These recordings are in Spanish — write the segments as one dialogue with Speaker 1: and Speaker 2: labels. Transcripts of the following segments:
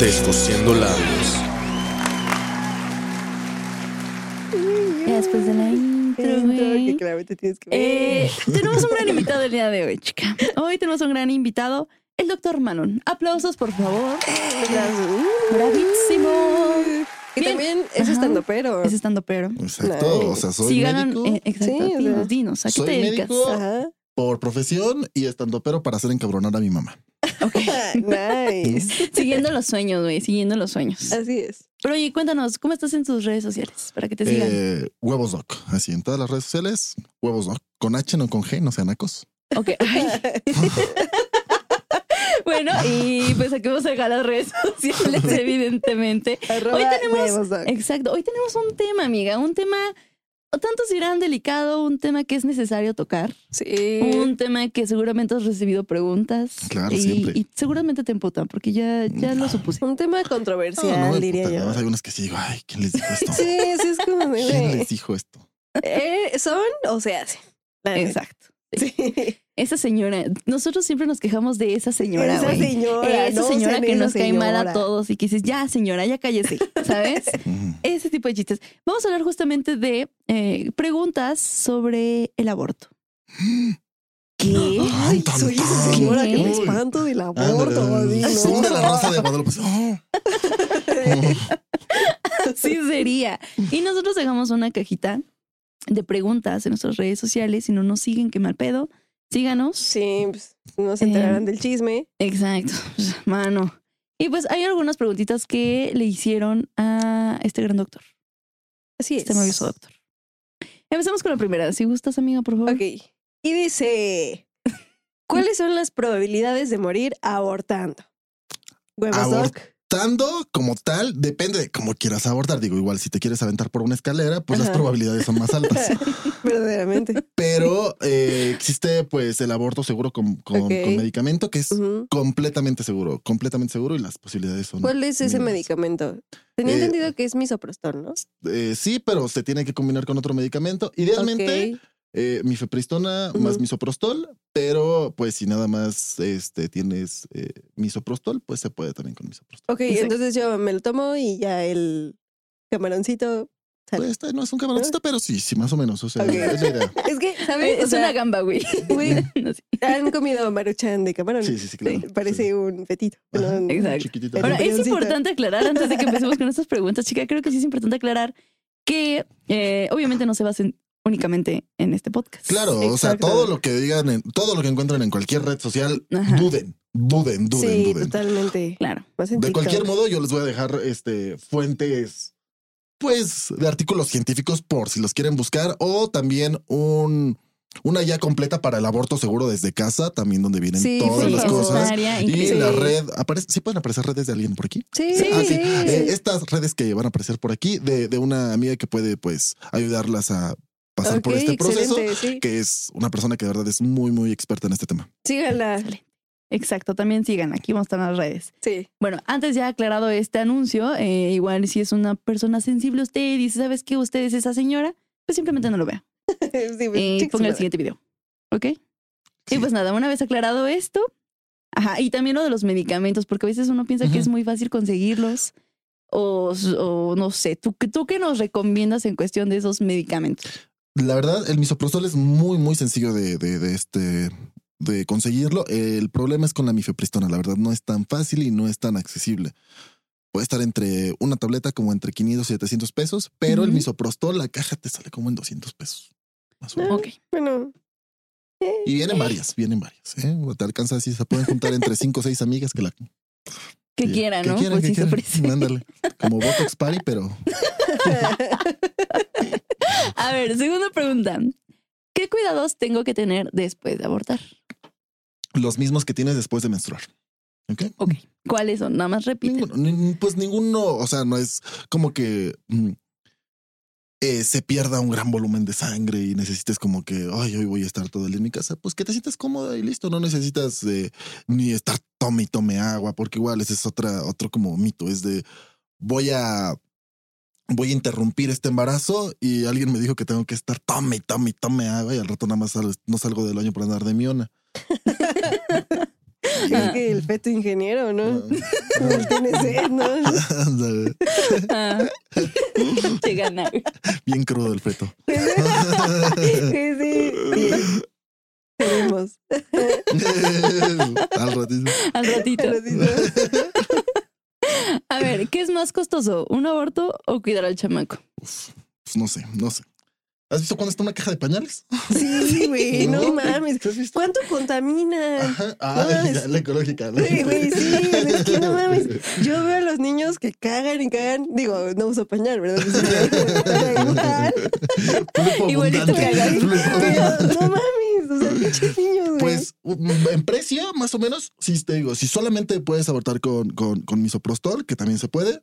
Speaker 1: Descosiendo labios.
Speaker 2: Ya después de la intro, güey.
Speaker 3: claramente tienes que
Speaker 2: Eh, tenemos un gran invitado el día de hoy, chica. Hoy tenemos un gran invitado, el doctor Manon. Aplausos, por favor. Bravísimo.
Speaker 3: Que
Speaker 2: Bien.
Speaker 3: uh. también es
Speaker 2: Ajá.
Speaker 3: estando pero.
Speaker 2: Es estando pero.
Speaker 1: Exacto. O sea, soy
Speaker 2: si ganan,
Speaker 1: médico
Speaker 2: eh, exacto.
Speaker 3: Sí, o sea,
Speaker 2: dinos, dinos, ¿a qué
Speaker 1: soy
Speaker 2: te dedicas?
Speaker 1: médico.
Speaker 3: Ajá.
Speaker 1: por profesión y estando pero para hacer encabronar a mi mamá.
Speaker 3: Nice.
Speaker 2: Siguiendo los sueños, güey, siguiendo los sueños.
Speaker 3: Así es.
Speaker 2: Pero oye, cuéntanos, ¿cómo estás en tus redes sociales? Para que te sigan.
Speaker 1: Eh, huevos Doc. Así en todas las redes sociales, huevos Doc. Con H, no con G, no sean acos.
Speaker 2: Ok. Ay. bueno, y pues aquí vamos a dejar las redes sociales, evidentemente.
Speaker 3: Arroba
Speaker 2: tenemos-
Speaker 3: huevos doc.
Speaker 2: Exacto. Hoy tenemos un tema, amiga, un tema, tantos dirán delicado, un tema que es necesario tocar,
Speaker 3: Sí.
Speaker 2: un tema que seguramente has recibido preguntas.
Speaker 1: Claro,
Speaker 2: y,
Speaker 1: siempre.
Speaker 2: y seguramente te emputan, porque ya, ya
Speaker 3: Ah.
Speaker 2: lo supuse.
Speaker 3: Un tema
Speaker 1: No,
Speaker 3: controversial,
Speaker 1: no me
Speaker 3: diría
Speaker 1: puta,
Speaker 3: yo.
Speaker 1: nada más Hay unas que sí digo, ay, ¿quién les dijo esto?
Speaker 3: Sí, sí, es como. de,
Speaker 1: ¿Quién
Speaker 3: güey,
Speaker 1: les dijo esto?
Speaker 3: eh, ¿Son o se hacen? La neta.
Speaker 2: Exacto.
Speaker 3: Sí.
Speaker 2: Esa señora, nosotros siempre nos quejamos de esa señora.
Speaker 3: Esa
Speaker 2: güey.
Speaker 3: señora.
Speaker 2: Esa
Speaker 3: no
Speaker 2: señora
Speaker 3: sean
Speaker 2: que
Speaker 3: esa
Speaker 2: nos cae mal a
Speaker 3: señora.
Speaker 2: todos y que dices, ya señora, ya cállese, ¿sabes?
Speaker 1: Mm.
Speaker 2: Ese tipo de chistes. Vamos a hablar justamente de eh, preguntas sobre el aborto. ¿Qué?
Speaker 1: Ay, tan,
Speaker 3: Soy esa
Speaker 1: tan.
Speaker 3: señora que me
Speaker 1: Uy.
Speaker 3: espanto
Speaker 1: Ah,
Speaker 3: del
Speaker 1: Ándale,
Speaker 3: aborto. así, ¿no?
Speaker 1: Son de la raza de Guadalupe. Oh.
Speaker 2: Así sería. Y nosotros dejamos una cajita de preguntas en nuestras redes sociales. Si no nos siguen, qué mal pedo. Síganos.
Speaker 3: Sí, pues, no se
Speaker 2: Eh,
Speaker 3: enterarán del chisme.
Speaker 2: Exacto. Pues, Mano. Y pues hay algunas preguntitas que le hicieron a este gran doctor,
Speaker 3: Así es.
Speaker 2: este maravilloso doctor. Empecemos con la primera. Si gustas, amiga, por favor.
Speaker 3: Ok. Y dice: ¿Cuáles son las probabilidades de morir abortando? Huevos
Speaker 1: Abort-
Speaker 3: doc.
Speaker 1: Tando como tal, depende de cómo quieras abordar. Digo, igual si te quieres aventar por una escalera, pues las
Speaker 3: Ajá.
Speaker 1: probabilidades son más altas.
Speaker 3: Verdaderamente.
Speaker 1: Pero eh, existe pues el aborto seguro con, con-
Speaker 3: Ok.
Speaker 1: con medicamento que es
Speaker 3: Ujú.
Speaker 1: completamente seguro, completamente seguro y las posibilidades son.
Speaker 3: ¿Cuál es ese
Speaker 1: mínimas.
Speaker 3: medicamento? Tenía
Speaker 1: Eh,
Speaker 3: entendido que es misoprostol, ¿no?
Speaker 1: Eh, sí, pero se tiene que combinar con otro medicamento. Idealmente,
Speaker 3: Ok.
Speaker 1: eh, mifepristona
Speaker 3: Ujú.
Speaker 1: más misoprostol, pero pues si nada más este, tienes eh, misoprostol, pues se puede también con misoprostol.
Speaker 3: Ok,
Speaker 2: Exacto.
Speaker 3: entonces yo me lo tomo y ya el camaroncito. Sale.
Speaker 1: Pues, este no es un camaroncito, pero sí, sí, más o menos. O sea,
Speaker 3: Ah. Ok.
Speaker 1: es la idea.
Speaker 3: Es que, ¿sabes?
Speaker 2: Eh, Es
Speaker 3: O sea,
Speaker 2: una gamba, güey.
Speaker 3: güey,
Speaker 2: No sé.
Speaker 3: han comido maruchan de camarón.
Speaker 1: Sí, sí, sí, claro.
Speaker 3: Sí, Parece
Speaker 1: Sí.
Speaker 3: un fetito.
Speaker 1: Ajá.
Speaker 3: ¿no?
Speaker 2: Exacto.
Speaker 1: Chiquitito.
Speaker 2: Ahora, es
Speaker 3: Leoncita.
Speaker 2: importante aclarar antes de que empecemos con estas preguntas, chica, creo que sí es importante aclarar que eh, obviamente no se basen únicamente en este podcast.
Speaker 1: Claro, o sea,
Speaker 3: Exacto.
Speaker 1: todo lo que digan, en, todo lo que encuentren en cualquier red social,
Speaker 2: Ajá.
Speaker 1: duden, duden, duden,
Speaker 3: Sí, pues,
Speaker 1: duden.
Speaker 3: totalmente.
Speaker 2: Claro.
Speaker 3: Más en
Speaker 1: De cualquier
Speaker 3: TikTok.
Speaker 1: modo, yo les voy a dejar este fuentes, pues, de artículos científicos por si los quieren buscar, o también un una guía completa para el aborto seguro desde casa, también donde vienen
Speaker 3: Sí,
Speaker 1: todas
Speaker 3: por
Speaker 1: las
Speaker 3: favor.
Speaker 1: cosas.
Speaker 2: necesaria,
Speaker 1: Y
Speaker 2: increíble.
Speaker 1: la
Speaker 3: Sí.
Speaker 1: red, aparece, sí pueden aparecer redes de alguien por aquí.
Speaker 3: Sí,
Speaker 2: Sí,
Speaker 1: Ah, sí.
Speaker 3: sí.
Speaker 1: Eh, estas redes que van a aparecer por aquí, de, de una amiga que puede, pues, ayudarlas a pasar por
Speaker 3: Ok,
Speaker 1: este proceso,
Speaker 3: excelente, sí.
Speaker 1: que es una persona que de verdad es muy, muy experta en este tema.
Speaker 3: Síganla.
Speaker 2: Exacto, también sigan, aquí vamos a estar en las redes.
Speaker 3: Sí.
Speaker 2: Bueno, antes ya aclarado este anuncio, eh, igual si es una persona sensible usted y dice, ¿sabes qué? Usted es esa señora, pues simplemente no lo vea.
Speaker 1: Eh,
Speaker 3: sí pues,
Speaker 2: Y
Speaker 3: chicos,
Speaker 2: ponga el
Speaker 3: madre.
Speaker 2: siguiente video. ¿Ok?
Speaker 1: Sí.
Speaker 2: Y pues nada, una vez aclarado esto, ajá, y también lo de los medicamentos, porque a veces uno piensa que
Speaker 1: Ujú.
Speaker 2: es muy fácil conseguirlos. O, o no sé, ¿tú, ¿tú qué nos recomiendas en cuestión de esos medicamentos?
Speaker 1: La verdad, el misoprostol es muy, muy sencillo de, de- de este de conseguirlo. El problema es con la mifepristona. La verdad, no es tan fácil y no es tan accesible. Puede estar entre una tableta como entre 500 y 700 pesos, pero el
Speaker 2: Ujú.
Speaker 1: misoprostol, la caja te sale como en 200 pesos. Más o menos.
Speaker 2: Ok.
Speaker 3: Bueno. Eh,
Speaker 1: Y vienen varias, vienen varias. ¿eh? Te alcanza así, se pueden juntar entre cinco o seis amigas que la
Speaker 2: Que quieran, ¿no?
Speaker 1: quieran,
Speaker 2: Pues
Speaker 1: que
Speaker 2: sí se
Speaker 1: quieran.
Speaker 2: ofrece.
Speaker 1: Ándale. Como Botox Party, pero
Speaker 2: A ver, segunda pregunta. ¿Qué cuidados tengo que tener después de abortar?
Speaker 1: los mismos que tienes después de menstruar. ¿Ok?
Speaker 2: Ok. ¿Cuáles son? Nada más repite.
Speaker 1: Ninguno, nin- pues ninguno, o sea, no es como que mm, eh, se pierda un gran volumen de sangre y necesites como que, ay, hoy voy a estar todo el día en mi casa. Pues que te sientas cómoda y listo, no necesitas eh, ni estar tome y tome agua, porque igual ese es otra, otro como mito, es de voy a... Voy a interrumpir este embarazo y alguien me dijo que tengo que estar tome, y tome, y tome agua y al rato nada más sal- no salgo del baño por andar de miona. Y-
Speaker 3: Es que el feto ingeniero, ¿no? El TNC, ¿no?
Speaker 1: Ah, Ándale.
Speaker 2: Ah. Te gana.
Speaker 1: Bien crudo el feto.
Speaker 3: Sí, sí. sí. Tenemos.
Speaker 1: Al ratito.
Speaker 2: Al ratito.
Speaker 3: Pero sí, no.
Speaker 2: A ver, ¿qué es más costoso? ¿Un aborto o cuidar al chamaco?
Speaker 1: Uf, pues no sé, no sé. ¿Has visto cuando está una caja de pañales?
Speaker 3: Sí, güey, no
Speaker 1: No.
Speaker 3: mames.
Speaker 1: ¿Has visto?
Speaker 3: ¿Cuánto contamina?
Speaker 1: Ajá.
Speaker 3: No,
Speaker 1: Ah,
Speaker 3: es-
Speaker 1: ya, la ecológica. la-
Speaker 3: Sí, güey, sí, es que no mames. Yo veo a los niños que cagan y cagan. Digo, no uso pañal, ¿verdad? Da igual.
Speaker 1: Flujo
Speaker 2: Igualito
Speaker 1: abundante,
Speaker 2: cagadito.
Speaker 1: flujo abundante.
Speaker 3: Pero no mames, o sea, pinches niños, güey.
Speaker 1: Pues um, en precio, más o menos, sí te digo, si solamente puedes abortar con, con, con misoprostol, que también se puede,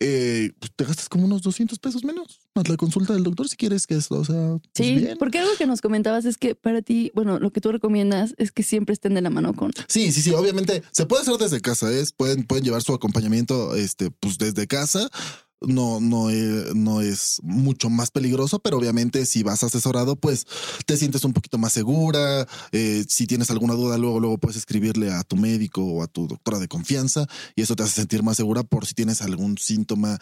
Speaker 1: eh, pues te gastas como unos 200 pesos menos. Más la consulta del doctor si quieres que es, o sea, pues
Speaker 2: Sí,
Speaker 1: bien.
Speaker 2: porque algo que nos comentabas es que para ti, bueno, lo que tú recomiendas es que siempre estén de la mano con.
Speaker 1: Sí, sí, sí, obviamente se puede hacer desde casa, es pueden pueden llevar su acompañamiento este pues desde casa. No no eh, no es mucho más peligroso, pero obviamente si vas asesorado, pues te sientes un poquito más segura. Eh, si tienes alguna duda, luego luego puedes escribirle a tu médico o a tu doctora de confianza y eso te hace sentir más segura por si tienes algún síntoma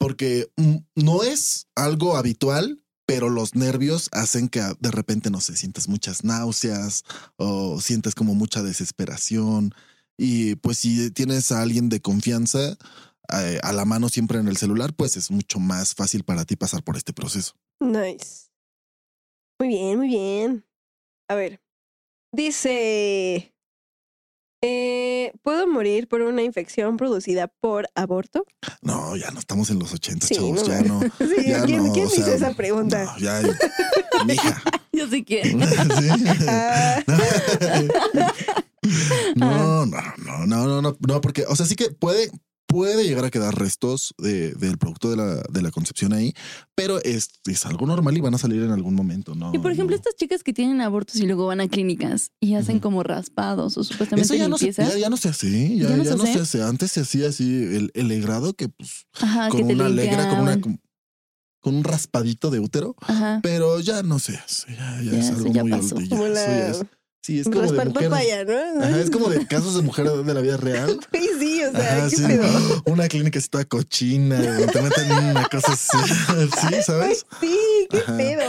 Speaker 1: porque mm, no es algo habitual, pero los nervios hacen que de repente no sé, sientas muchas náuseas, o sientes como mucha desesperación. Y pues si tienes a alguien de confianza eh, a la mano siempre en el celular, pues es mucho más fácil para ti pasar por este proceso.
Speaker 3: Nice. Muy bien, muy bien. A ver. Dice. eh, ¿Puedo morir por una infección producida por aborto?
Speaker 1: No, ya no estamos en los 80,
Speaker 3: Sí,
Speaker 1: chavos,
Speaker 3: no
Speaker 1: ya
Speaker 3: mames.
Speaker 1: no.
Speaker 3: Sí,
Speaker 1: Ya
Speaker 3: ¿quién,
Speaker 1: no,
Speaker 3: quién
Speaker 1: o
Speaker 3: me hizo
Speaker 1: sea,
Speaker 3: esa pregunta?
Speaker 1: No, ya. Mija.
Speaker 2: Yo sé quién.
Speaker 1: Sí.
Speaker 3: Ah,
Speaker 1: No, no, no, no, no, no, no, porque, o sea, sí que puede, puede llegar a quedar restos de- del producto de la, de la concepción ahí, pero es, es algo normal y van a salir en algún momento, ¿no?
Speaker 2: Y por ejemplo,
Speaker 1: no.
Speaker 2: estas chicas que tienen abortos y luego van a clínicas y hacen
Speaker 1: Ujú.
Speaker 2: como raspados o
Speaker 1: Eso
Speaker 2: supuestamente
Speaker 1: ya no, se,
Speaker 2: limpiezas.
Speaker 1: ya, ya no se hace, ¿eh? ya,
Speaker 2: ¿Ya no
Speaker 1: ya,
Speaker 2: se
Speaker 1: no
Speaker 2: hace?
Speaker 1: se hace. Antes se hacía así el, el legrado que pues
Speaker 2: Ajá,
Speaker 1: con
Speaker 2: Ah, que te
Speaker 1: una alegra, con una
Speaker 2: limpiaban.
Speaker 1: con, con un raspadito de útero,
Speaker 2: Ajá.
Speaker 1: pero ya no se hace, ya, ya
Speaker 2: Ya,
Speaker 1: es
Speaker 2: eso
Speaker 1: algo
Speaker 2: ya
Speaker 1: muy
Speaker 2: pasó,
Speaker 1: old, ya,
Speaker 3: como
Speaker 1: eso ya
Speaker 3: la.
Speaker 1: es- Sí, es como de
Speaker 3: Raspar
Speaker 1: mujer.
Speaker 3: papaya, ¿no?
Speaker 1: Ajá, es como de casos de mujer de la vida real.
Speaker 3: Sí, sí, o sea,
Speaker 1: Ajá,
Speaker 3: qué
Speaker 1: sí.
Speaker 3: pedo.
Speaker 1: Una clínica está cochina, donde te meten una cosa así, sí,
Speaker 3: Ay,
Speaker 1: ¿sabes?
Speaker 3: sí, qué
Speaker 1: Ajá.
Speaker 3: pedo.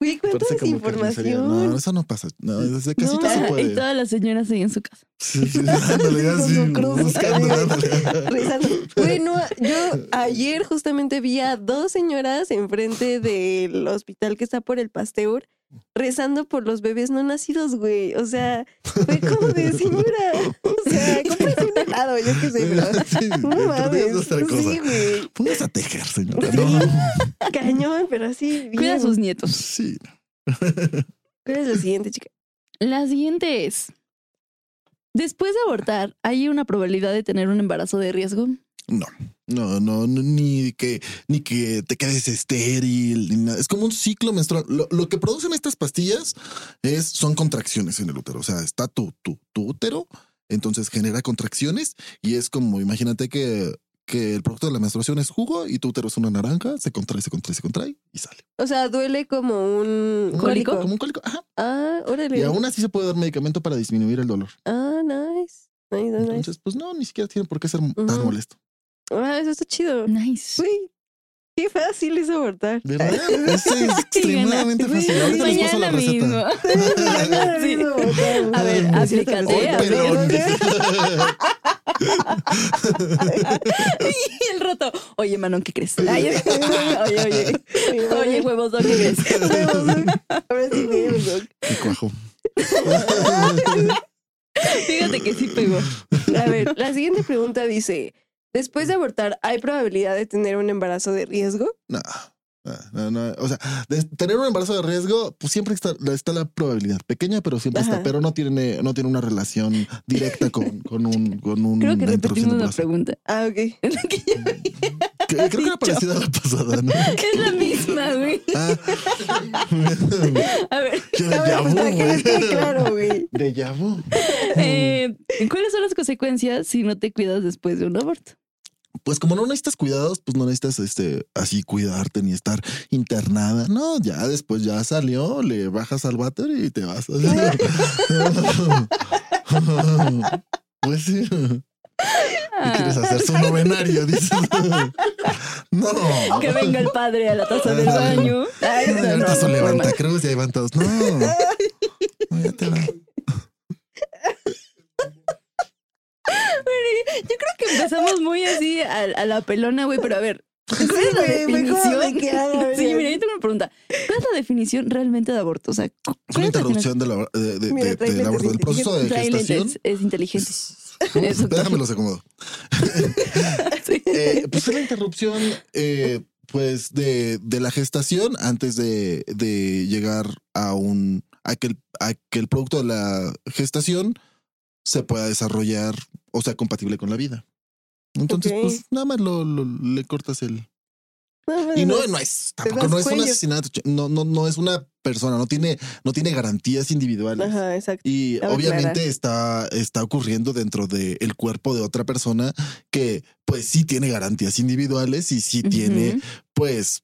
Speaker 3: Güey, cuánta
Speaker 1: Parece como carnicería.
Speaker 3: desinformación.
Speaker 1: No, eso no pasa. No, desde casita
Speaker 2: Ajá,
Speaker 1: se
Speaker 2: Y
Speaker 1: puede.
Speaker 2: todas las señoras ahí en su casa.
Speaker 1: Sí, sí, ándale, ya
Speaker 3: Con
Speaker 1: sí,
Speaker 3: su cruz,
Speaker 1: buscando,
Speaker 3: así.
Speaker 1: ándale.
Speaker 3: Rezando. Bueno, yo ayer justamente vi a dos señoras enfrente del hospital que está por el Pasteur rezando por los bebés no nacidos, güey. O sea, fue como de señora. O sea, cómprate un helado, yo qué sé, pero.
Speaker 1: Sí,
Speaker 3: No
Speaker 1: entre
Speaker 3: mames.
Speaker 1: ellas otra cosa.
Speaker 3: Sí, güey.
Speaker 1: Póngase a tejer, señora.
Speaker 3: Sí.
Speaker 1: No,
Speaker 3: Cañón, pero así. Bien.
Speaker 2: Cuida a sus nietos.
Speaker 1: sí.
Speaker 3: ¿Cuál es la siguiente, chica?
Speaker 2: La siguiente es. Después de abortar, ¿hay una probabilidad de tener un embarazo de riesgo?
Speaker 1: No, no, no, ni que, ni que te quedes estéril, ni nada. Es como un ciclo menstrual. Lo, lo que producen estas pastillas es, son contracciones en el útero. O sea, está tu, tu, tu útero, entonces genera contracciones y es como, imagínate que, que el producto de la menstruación es jugo y tu útero es una naranja, se contrae, se contrae, se contrae y sale.
Speaker 3: O sea, duele como un
Speaker 2: ¿Cólico?
Speaker 3: cólico.
Speaker 1: Como un cólico. Ajá.
Speaker 3: Ah, órale.
Speaker 1: Y aún así se puede dar medicamento para disminuir el dolor.
Speaker 3: Ah, nice. Nice, nice, nice.
Speaker 1: Entonces, pues no, ni siquiera tiene por qué ser
Speaker 3: Ujú.
Speaker 1: tan molesto.
Speaker 3: Ah, eso está chido.
Speaker 2: Nice.
Speaker 3: Uy, qué fácil es abortar.
Speaker 1: ¿Verdad? Es extremadamente
Speaker 3: Güey,
Speaker 1: fácil. Ahorita les paso la
Speaker 2: Mañana
Speaker 1: receta.
Speaker 2: mismo.
Speaker 3: Sí.
Speaker 2: A ver,
Speaker 3: No es cierto,
Speaker 2: aplícate,
Speaker 3: no
Speaker 1: Hoy,
Speaker 3: es cierto.
Speaker 1: pelón.
Speaker 2: Y el roto. Oye, Manon, ¿qué crees?
Speaker 3: Ay,
Speaker 2: Ay, oye, oye. Oye, huevos, ¿no? ¿qué crees?
Speaker 3: Ahora sí vemos, ok.
Speaker 1: Qué cuajo.
Speaker 2: Fíjate que sí pegó.
Speaker 3: A ver, la siguiente pregunta dice: Después de abortar, ¿hay probabilidad de tener un embarazo de riesgo?
Speaker 1: No, Ah, no, no, o sea, de tener un embarazo de riesgo, pues siempre está, está la probabilidad pequeña, pero siempre
Speaker 3: Ajá.
Speaker 1: está, pero no tiene, no tiene una relación directa con, con un, con un
Speaker 2: Creo que
Speaker 1: una interrupción
Speaker 2: repetimos
Speaker 1: de
Speaker 2: la pregunta.
Speaker 1: embarazo.
Speaker 3: Ah, ok.
Speaker 2: Es la que yo-
Speaker 1: Que- Creo que era parecida a la pasada, ¿no?
Speaker 2: es la misma, güey.
Speaker 1: Ah.
Speaker 2: A ver,
Speaker 1: Yo
Speaker 3: A
Speaker 1: de
Speaker 3: ver,
Speaker 1: Yabu,
Speaker 3: para que les quede
Speaker 1: güey.
Speaker 3: claro, güey.
Speaker 1: De Yabu.
Speaker 2: eh, ¿cuáles son las consecuencias si no te cuidas después de un aborto?
Speaker 1: Pues como no necesitas cuidados, pues no necesitas este así cuidarte ni estar internada. No, ya después ya salió, le bajas al váter y te vas. pues sí.
Speaker 2: Ah,
Speaker 1: ¿Qué quieres hacer? Su novenario, dices. no.
Speaker 2: Ah, que venga el padre a la taza del
Speaker 1: Ándale.
Speaker 2: baño.
Speaker 3: Ay,
Speaker 1: Y
Speaker 3: no, no,
Speaker 1: ahorita su
Speaker 3: no,
Speaker 1: levanta cruz y ahí van todos. No. no ya te va.
Speaker 2: Yo creo que empezamos muy así a, a la pelona, güey, pero a ver. ¿cuál es la
Speaker 3: güey, mejor
Speaker 2: definición?
Speaker 3: me quedo, a ver.
Speaker 2: Sí, mira, yo tengo una pregunta. ¿Cuál es la definición realmente de aborto? O sea, ¿cuál
Speaker 1: Es una
Speaker 2: es la
Speaker 1: interrupción de la- de- de-
Speaker 3: Mira,
Speaker 1: de-
Speaker 3: trae
Speaker 1: del aborto, del
Speaker 3: lentes,
Speaker 1: proceso de
Speaker 2: definición? Trae lentes,
Speaker 1: gestación.
Speaker 2: es, inteligente. Eso.
Speaker 1: Déjame los acomodo.
Speaker 2: Sí.
Speaker 1: Eh, pues es la interrupción, eh, pues, de, de la gestación antes de, de llegar a un. A que, el, a que el producto de la gestación se pueda desarrollar o sea compatible con la vida. Entonces,
Speaker 3: Ok.
Speaker 1: pues nada más lo, lo- le cortas el.
Speaker 3: no,
Speaker 1: Y
Speaker 3: no,
Speaker 1: no, no es, tampoco
Speaker 3: das
Speaker 1: no es un
Speaker 3: cuello.
Speaker 1: asesinato, ch- no, no, no es una persona, no tiene, no tiene garantías individuales.
Speaker 3: Ajá, exacto.
Speaker 1: Y
Speaker 3: Cabe
Speaker 1: obviamente está, está ocurriendo dentro del cuerpo de otra persona que pues sí tiene garantías individuales y sí tiene
Speaker 2: Ujú,
Speaker 1: pues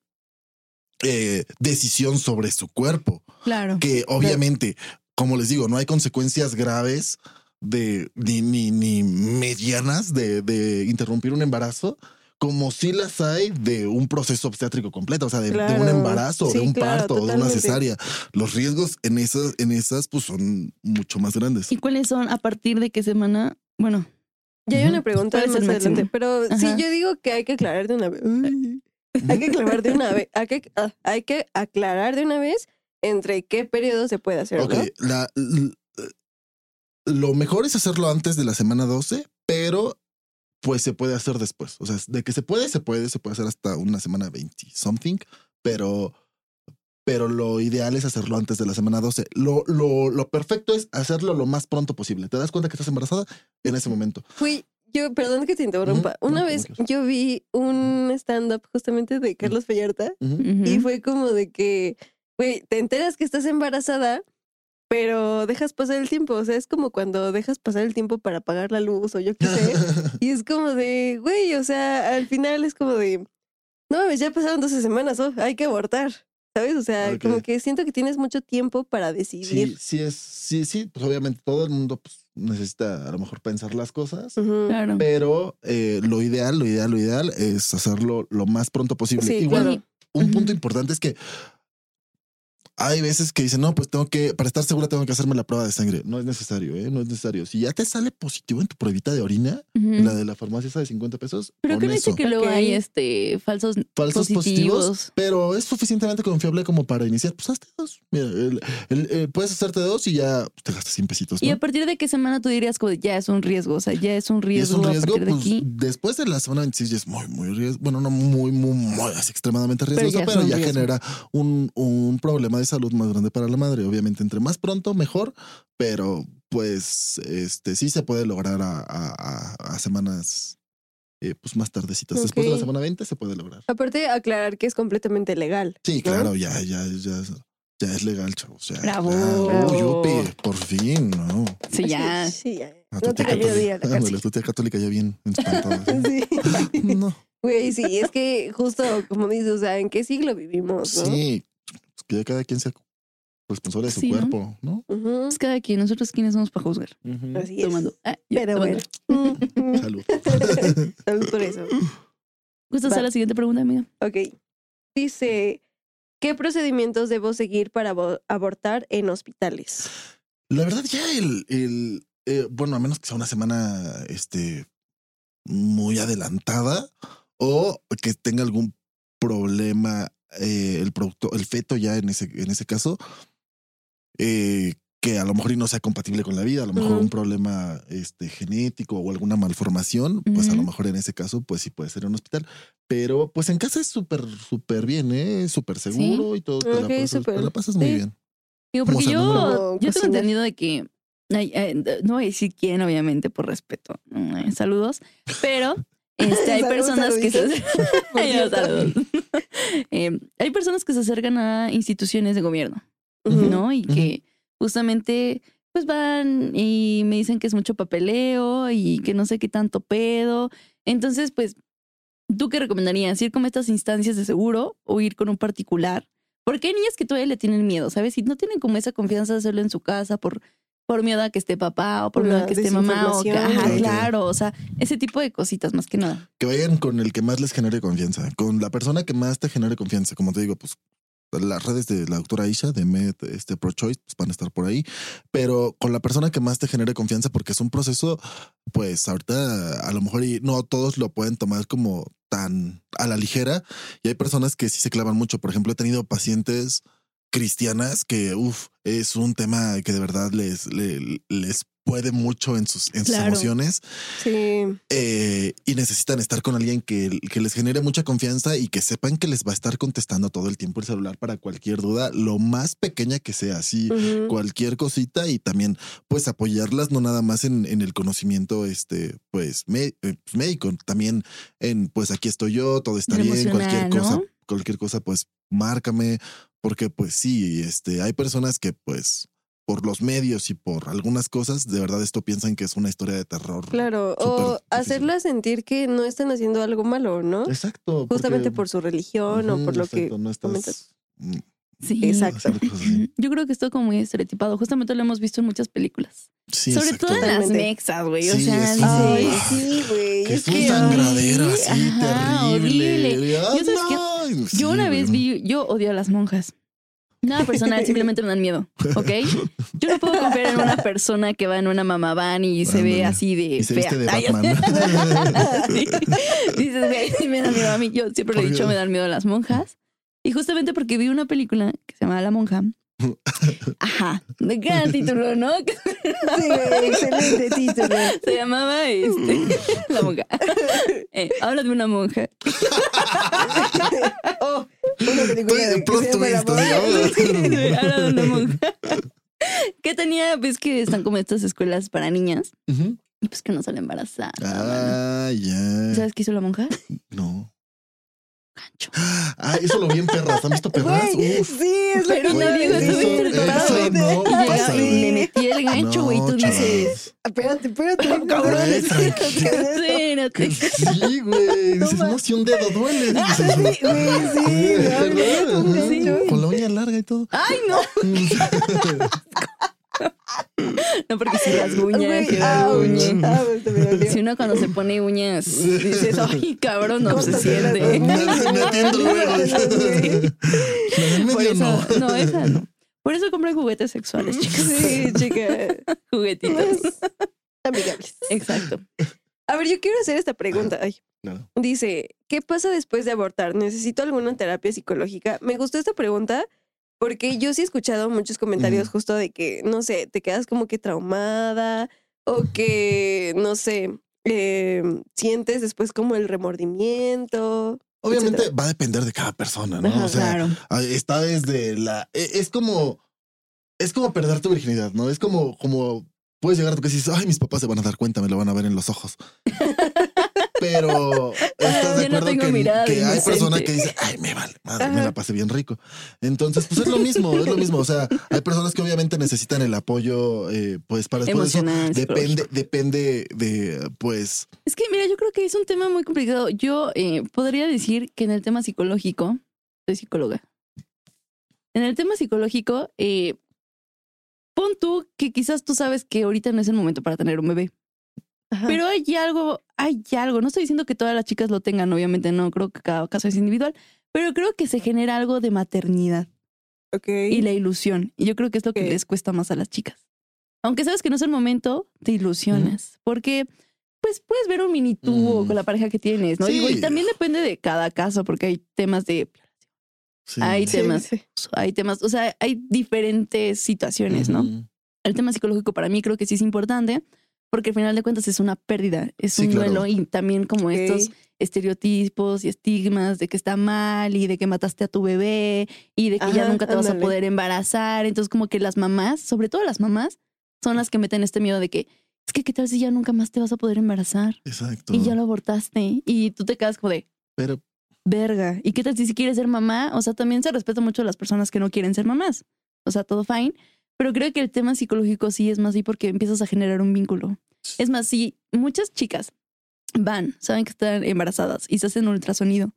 Speaker 1: eh, decisión sobre su cuerpo.
Speaker 2: Claro.
Speaker 1: Que obviamente, como les digo, no hay consecuencias graves de ni, ni, ni medianas de, de interrumpir un embarazo. Como sí las hay de un proceso obstétrico completo, o sea, de, de
Speaker 3: Claro.
Speaker 1: un embarazo,
Speaker 3: Sí,
Speaker 1: de un
Speaker 3: claro,
Speaker 1: parto, de una
Speaker 3: totalmente.
Speaker 1: cesárea. Los riesgos en esas, en esas, pues son mucho más grandes.
Speaker 2: ¿Y cuáles son a partir de qué semana? Bueno,
Speaker 3: Ya hay una pregunta
Speaker 2: ¿Cuál
Speaker 3: más
Speaker 2: es el máximo?
Speaker 3: adelante, pero sí,
Speaker 2: Ajá.
Speaker 3: yo digo que hay que aclarar de una vez.
Speaker 2: eh,
Speaker 3: Uy. Hay que aclarar de una vez. Hay que, ah, hay que aclarar de una vez entre qué periodo se puede hacer.
Speaker 1: Ok,
Speaker 3: ¿no?
Speaker 1: la- l- lo mejor es hacerlo antes de la semana 12, pero pues se puede hacer después. O sea, de que se puede, se puede, se puede hacer hasta una semana 20, something, pero, pero lo ideal es hacerlo antes de la semana 12. Lo, lo, lo perfecto es hacerlo lo más pronto posible. Te das cuenta que estás embarazada en ese momento.
Speaker 3: Fui, yo, perdón que te interrumpa.
Speaker 1: Ujú,
Speaker 3: Una
Speaker 1: no,
Speaker 3: vez
Speaker 1: como
Speaker 3: yo vi un stand-up justamente de Carlos Vallarta
Speaker 1: Ujú.
Speaker 2: ujú.
Speaker 3: y fue como de que, güey, te enteras que estás embarazada, pero dejas pasar el tiempo. O sea, es como cuando dejas pasar el tiempo para pagar la luz o yo qué sé. Y es como de, güey, o sea, al final es como de, no mames, ya pasaron 12 semanas, oh, hay que abortar, ¿sabes? O sea,
Speaker 1: Ok.
Speaker 3: como que siento que tienes mucho tiempo para
Speaker 1: Sí,
Speaker 3: decidir.
Speaker 1: sí, es, sí, sí, pues obviamente todo el mundo pues, necesita a lo mejor pensar las cosas.
Speaker 3: Ujú.
Speaker 2: Claro.
Speaker 1: Pero eh, lo ideal, lo ideal, lo ideal es hacerlo lo más pronto posible.
Speaker 3: Sí,
Speaker 1: Igual,
Speaker 3: claro.
Speaker 1: un
Speaker 2: Ujú.
Speaker 1: punto importante es que hay veces que dicen, no, pues tengo que, para estar segura tengo que hacerme la prueba de sangre. No es necesario, ¿eh? No es necesario. Si ya te sale positivo en tu pruebita de orina,
Speaker 2: Ujú.
Speaker 1: la de la farmacia esa de 50 pesos,
Speaker 2: Pero
Speaker 1: con
Speaker 2: que dice
Speaker 1: eso.
Speaker 2: que luego
Speaker 3: Ok.
Speaker 2: hay este falsos
Speaker 1: Falsos
Speaker 2: positivos.
Speaker 1: positivos, pero es suficientemente confiable como para iniciar. Pues hazte dos. Mira, el- el- eh, puedes hacerte dos y ya pues, te gastas 100 pesitos. ¿no?
Speaker 2: Y a partir de qué semana tú dirías como de, ya es un riesgo, o sea, ya es un
Speaker 1: Y es
Speaker 2: riesgo,
Speaker 1: un riesgo,
Speaker 2: a partir de
Speaker 1: pues
Speaker 2: aquí.
Speaker 1: después de la semana 26 ya es muy, muy riesgo. Bueno, no muy, muy, muy, así extremadamente riesgoso,
Speaker 2: ya es
Speaker 1: pero ya,
Speaker 2: un riesgo.
Speaker 1: genera un, un problema de salud más grande para la madre. Obviamente, entre más pronto, mejor, pero pues este sí se puede lograr a, a- a- a semanas eh, pues más tardecitas. Después de la
Speaker 3: Ok.
Speaker 1: semana 20 se puede lograr.
Speaker 3: Aparte, aclarar que es completamente legal.
Speaker 1: Sí,
Speaker 3: ¿no?
Speaker 1: claro, ya, ya, ya, ya es legal, chavos. ya,
Speaker 2: Bravo.
Speaker 1: ya. Uy,
Speaker 2: Bravo.
Speaker 1: yupi, por fin, ¿no?
Speaker 2: Sí, ya.
Speaker 3: Sí, ya.
Speaker 1: A tu
Speaker 3: No te
Speaker 1: tía
Speaker 3: cayó
Speaker 1: católica-
Speaker 3: día la
Speaker 1: Ándale,
Speaker 3: cárcel.
Speaker 1: tu tía católica ya bien espantada.
Speaker 3: Sí.
Speaker 1: No.
Speaker 3: Güey, sí, es que justo como dices, o sea, ¿en qué siglo vivimos, no?
Speaker 1: Sí, pues que ya cada quien sea responsable de su
Speaker 2: Sí, ¿no?
Speaker 1: cuerpo, ¿no?
Speaker 3: Ujú,
Speaker 2: Es cada quien, nosotros quiénes somos para juzgar.
Speaker 3: Así es.
Speaker 2: Tomando. Ah, yo
Speaker 3: Pero
Speaker 2: tomando.
Speaker 3: bueno. Mm, mm.
Speaker 1: Salud.
Speaker 3: Salud por eso.
Speaker 2: ¿Gusta
Speaker 3: Va.
Speaker 2: hacer la siguiente pregunta, amiga?
Speaker 3: Ok. Dice, ¿qué procedimientos debo seguir para abo- abortar en hospitales?
Speaker 1: La verdad, ya el, el eh, bueno, a menos que sea una semana este muy adelantada o que tenga algún problema eh, el producto, el feto ya en ese, en ese caso, eh, que a lo mejor y no sea compatible con la vida, a lo mejor
Speaker 3: Ujú.
Speaker 1: un problema este, genético o alguna malformación, pues a
Speaker 2: Ujú.
Speaker 1: lo mejor en ese caso, pues sí puede ser en un hospital. Pero pues en casa es súper, súper bien, ¿eh? Súper seguro y todo. Te, la
Speaker 3: Ok,
Speaker 1: pasas,
Speaker 3: súper.
Speaker 1: te la pasas muy
Speaker 3: Sí.
Speaker 1: bien.
Speaker 2: Digo,
Speaker 1: Como
Speaker 2: porque
Speaker 1: salmón.
Speaker 3: Como
Speaker 2: yo, yo tengo
Speaker 3: cocinar.
Speaker 2: entendido de que. ay, ay, no voy a decir quién, obviamente, por respeto. Mm, Saludos. Pero este, hay
Speaker 3: Saludos,
Speaker 2: personas que se.
Speaker 3: saluditos. Por
Speaker 2: Ay, no,
Speaker 3: cierto.
Speaker 2: saludos. Eh, hay personas que se acercan a instituciones de gobierno,
Speaker 3: Ujú.
Speaker 2: ¿no? Y que justamente pues van y me dicen que es mucho papeleo y que no sé qué tanto pedo. Entonces, pues, ¿tú qué recomendarías? ¿Ir con estas instancias de seguro o ir con un particular? Porque hay niñas que todavía le tienen miedo, ¿sabes? Y no tienen como esa confianza de hacerlo en su casa por, por miedo a que esté papá o por
Speaker 3: Por
Speaker 2: miedo
Speaker 3: la
Speaker 2: a que esté mamá o que,
Speaker 3: desinformación.
Speaker 2: ajá,
Speaker 1: Ok.
Speaker 2: claro, o sea, ese tipo de cositas más que nada.
Speaker 1: Que vayan con el que más les genere confianza, con la persona que más te genere confianza. Como te digo, pues las redes de la doctora Isha, de Med, este Pro Choice, pues van a estar por ahí, pero con la persona que más te genere confianza, porque es un proceso, pues ahorita a lo mejor y no todos lo pueden tomar como tan a la ligera, y hay personas que sí se clavan mucho. Por ejemplo, he tenido pacientes cristianas que, uff, es un tema que de verdad les, le- les puede mucho en sus, en sus
Speaker 2: Claro.
Speaker 1: emociones
Speaker 3: Sí.
Speaker 1: eh, y necesitan estar con alguien que, que les genere mucha confianza y que sepan que les va a estar contestando todo el tiempo el celular para cualquier duda, lo más pequeña que sea, así
Speaker 3: Ujú.
Speaker 1: cualquier cosita y también pues apoyarlas no nada más en, en el conocimiento este pues mé- eh, pues, médico, también en pues aquí estoy yo, todo está
Speaker 2: El
Speaker 1: bien, cualquier
Speaker 2: emocional,
Speaker 1: cosa,
Speaker 2: ¿no?
Speaker 1: cualquier cosa pues márcame, porque pues sí, este hay personas que pues por los medios y por algunas cosas, de verdad esto piensan que es una historia de terror.
Speaker 3: Claro,
Speaker 1: Súper
Speaker 3: o
Speaker 1: difícil.
Speaker 3: hacerla sentir que no están haciendo algo malo, ¿no?
Speaker 1: Exacto.
Speaker 3: Justamente
Speaker 1: porque-
Speaker 3: por su religión o
Speaker 1: Ujú,
Speaker 3: por lo
Speaker 1: exacto, no estás
Speaker 3: comentas.
Speaker 1: mm,
Speaker 2: Sí.
Speaker 3: Exacto.
Speaker 1: haciendo cosas así.
Speaker 2: Yo creo que esto como muy estereotipado. Justamente lo hemos visto en muchas películas.
Speaker 1: Sí,
Speaker 2: Sobre
Speaker 1: exacto.
Speaker 2: todo en las
Speaker 3: Totalmente.
Speaker 2: mexas, güey. o
Speaker 1: Sí,
Speaker 2: sea,
Speaker 1: es
Speaker 3: que...
Speaker 1: un-
Speaker 3: Ay,
Speaker 2: dices,
Speaker 3: sí, güey.
Speaker 1: Que
Speaker 3: Es
Speaker 1: es un
Speaker 3: que...
Speaker 1: sangradero así,
Speaker 2: ajá,
Speaker 1: terrible.
Speaker 2: horrible.
Speaker 1: Ah,
Speaker 2: Yo, ¿sabes qué?
Speaker 1: no. Sí,
Speaker 2: Yo una
Speaker 1: güey,
Speaker 2: vez
Speaker 1: no.
Speaker 2: vi, yo odio a las monjas. Nada personal, simplemente me dan miedo, ¿ok? Yo no puedo confiar en una persona que va en una mamá van y se ve
Speaker 1: Ándale.
Speaker 2: así de
Speaker 1: Y se
Speaker 2: fea.
Speaker 1: viste de
Speaker 2: Ay,
Speaker 1: Batman.
Speaker 2: Sí. Dices, güey, sí me da miedo a mí. Yo siempre le he
Speaker 1: Porque-
Speaker 2: dicho, me dan miedo las monjas. Y justamente porque vi una película que se llamaba La Monja. Ajá, de gran título, ¿no? Que
Speaker 3: Sí, güey, excelente título.
Speaker 2: se llamaba este, La Monja. Eh, habla de una monja.
Speaker 3: oh, una película
Speaker 1: Estoy
Speaker 3: de
Speaker 1: en plot
Speaker 3: que se llama La
Speaker 1: twist, oh.
Speaker 3: Monja.
Speaker 1: ¿no?
Speaker 2: habla de una monja. Que tenía, ves que están como estas escuelas para niñas
Speaker 1: Ujú.
Speaker 2: y pues que no sale embarazada.
Speaker 1: Ah, ya.
Speaker 2: ¿Sabes qué hizo la monja?
Speaker 1: No.
Speaker 2: Gancho.
Speaker 1: Ah, eso lo vi en perras. ¿Han visto perras?
Speaker 3: Güey,
Speaker 1: Uf.
Speaker 3: sí, es lo
Speaker 2: Pero
Speaker 3: que
Speaker 2: no
Speaker 3: te
Speaker 2: digo,
Speaker 3: digo,
Speaker 2: eso
Speaker 3: sí,
Speaker 2: es
Speaker 3: totalmente.
Speaker 1: no
Speaker 2: Y llega
Speaker 1: pasa,
Speaker 2: y le
Speaker 3: güey.
Speaker 2: metí el gancho, güey. y tú
Speaker 1: No,
Speaker 2: dices,
Speaker 1: chavales.
Speaker 3: Espérate, espérate, cabrón.
Speaker 1: güey,
Speaker 3: espérate, espérate.
Speaker 2: espérate.
Speaker 1: Sí, güey. Dices,
Speaker 3: ma-
Speaker 1: no, si un dedo duele. Dices,
Speaker 3: Sí, güey, sí,
Speaker 1: Ajá,
Speaker 3: no, no, no,
Speaker 2: Sí.
Speaker 3: no.
Speaker 1: Con la uña larga y todo.
Speaker 2: ¡Ay, no! No, porque si rasguña,
Speaker 3: Güey,
Speaker 2: que
Speaker 3: ouch,
Speaker 2: rasguñe.
Speaker 3: ouch, este me dolió.
Speaker 2: Si uno cuando se pone uñas, dices, ay, cabrón, no se
Speaker 3: Córtate las
Speaker 2: siente.
Speaker 3: dos.
Speaker 1: Me atiendo luego. La del
Speaker 2: Por
Speaker 1: medio no.
Speaker 2: eso, no, esa no. Por eso compré juguetes sexuales, chicas.
Speaker 3: Sí, Pues. chica.
Speaker 2: Juguetitos.
Speaker 3: Amigables.
Speaker 2: Exacto.
Speaker 3: A ver, yo quiero hacer esta pregunta. Ay.
Speaker 1: Nada.
Speaker 3: Dice, ¿qué pasa después de abortar? ¿Necesito alguna terapia psicológica? Me gustó esta pregunta porque yo sí he escuchado muchos comentarios
Speaker 1: Ujú.
Speaker 3: justo de que, no sé, te quedas como que traumada o que, no sé, eh, sientes después como el remordimiento.
Speaker 1: Obviamente
Speaker 3: etcétera.
Speaker 1: va a depender de cada persona, ¿no?
Speaker 3: Ajá,
Speaker 1: o sea,
Speaker 2: Claro.
Speaker 1: ah, está desde la. e- Es como. Es como perder tu virginidad, ¿no? Es como, como puedes llegar a tu casa y dices, ay, mis papás se van a dar cuenta, me lo van a ver en los ojos. Pero estás de
Speaker 2: Yo no
Speaker 1: acuerdo
Speaker 2: tengo
Speaker 1: que,
Speaker 2: mirada de
Speaker 1: que hay
Speaker 2: inocente.
Speaker 1: personas que dicen, ay, me vale, madre, me
Speaker 3: Ajá.
Speaker 1: la pasé bien rico. Entonces, pues es lo mismo, es lo mismo. O sea, hay personas que obviamente necesitan el apoyo, eh, pues para después de eso.
Speaker 2: Emocional. psicológico.
Speaker 1: Depende, depende de, pues,
Speaker 2: Es que, mira, yo creo que es un tema muy complicado. Yo eh, podría decir que en el tema psicológico, soy psicóloga. En el tema psicológico, eh, pon tú que quizás tú sabes que ahorita no es el momento para tener un bebé,
Speaker 3: Ajá.
Speaker 2: pero hay algo, hay algo. No estoy diciendo que todas las chicas lo tengan, obviamente no, creo que cada caso es individual, pero creo que se genera algo de maternidad
Speaker 3: Ok.
Speaker 2: y la ilusión. Y yo creo que es lo que
Speaker 3: Ok.
Speaker 2: les cuesta más a las chicas. Aunque sabes que no es el momento, te ilusionas. Porque, pues, puedes ver un mini tubo
Speaker 1: Mm.
Speaker 2: con la pareja que tienes, ¿no? Digo, y
Speaker 1: Sí.
Speaker 2: también depende de cada caso, porque hay temas de
Speaker 1: Sí.
Speaker 2: Ahí
Speaker 3: Sí,
Speaker 2: temas.
Speaker 3: sí.
Speaker 2: hay temas, o sea, hay diferentes situaciones, ¿no?
Speaker 1: Ujú.
Speaker 2: el tema psicológico para mí creo que sí es importante, porque al final de cuentas es una pérdida, es
Speaker 1: Sí,
Speaker 2: un
Speaker 1: claro.
Speaker 2: duelo y también como
Speaker 3: Ey.
Speaker 2: estos estereotipos y estigmas de que está mal y de que mataste a tu bebé y de que ya
Speaker 3: Ajá,
Speaker 2: nunca te vas a
Speaker 3: ándale.
Speaker 2: poder embarazar. Entonces como que las mamás, sobre todo las mamás, son las que meten este miedo de que es que qué tal si ya nunca más te vas a poder embarazar
Speaker 1: Exacto.
Speaker 2: y ya lo abortaste y tú te quedas como de
Speaker 1: Pero
Speaker 2: verga. ¿Y qué tal si si quieres ser mamá? O sea, también se respeta mucho a las personas que no quieren ser mamás. O sea, todo fine. Pero creo que el tema psicológico sí es más así porque empiezas a generar un vínculo. Es más, si muchas chicas van, saben que están embarazadas y se hacen ultrasonido,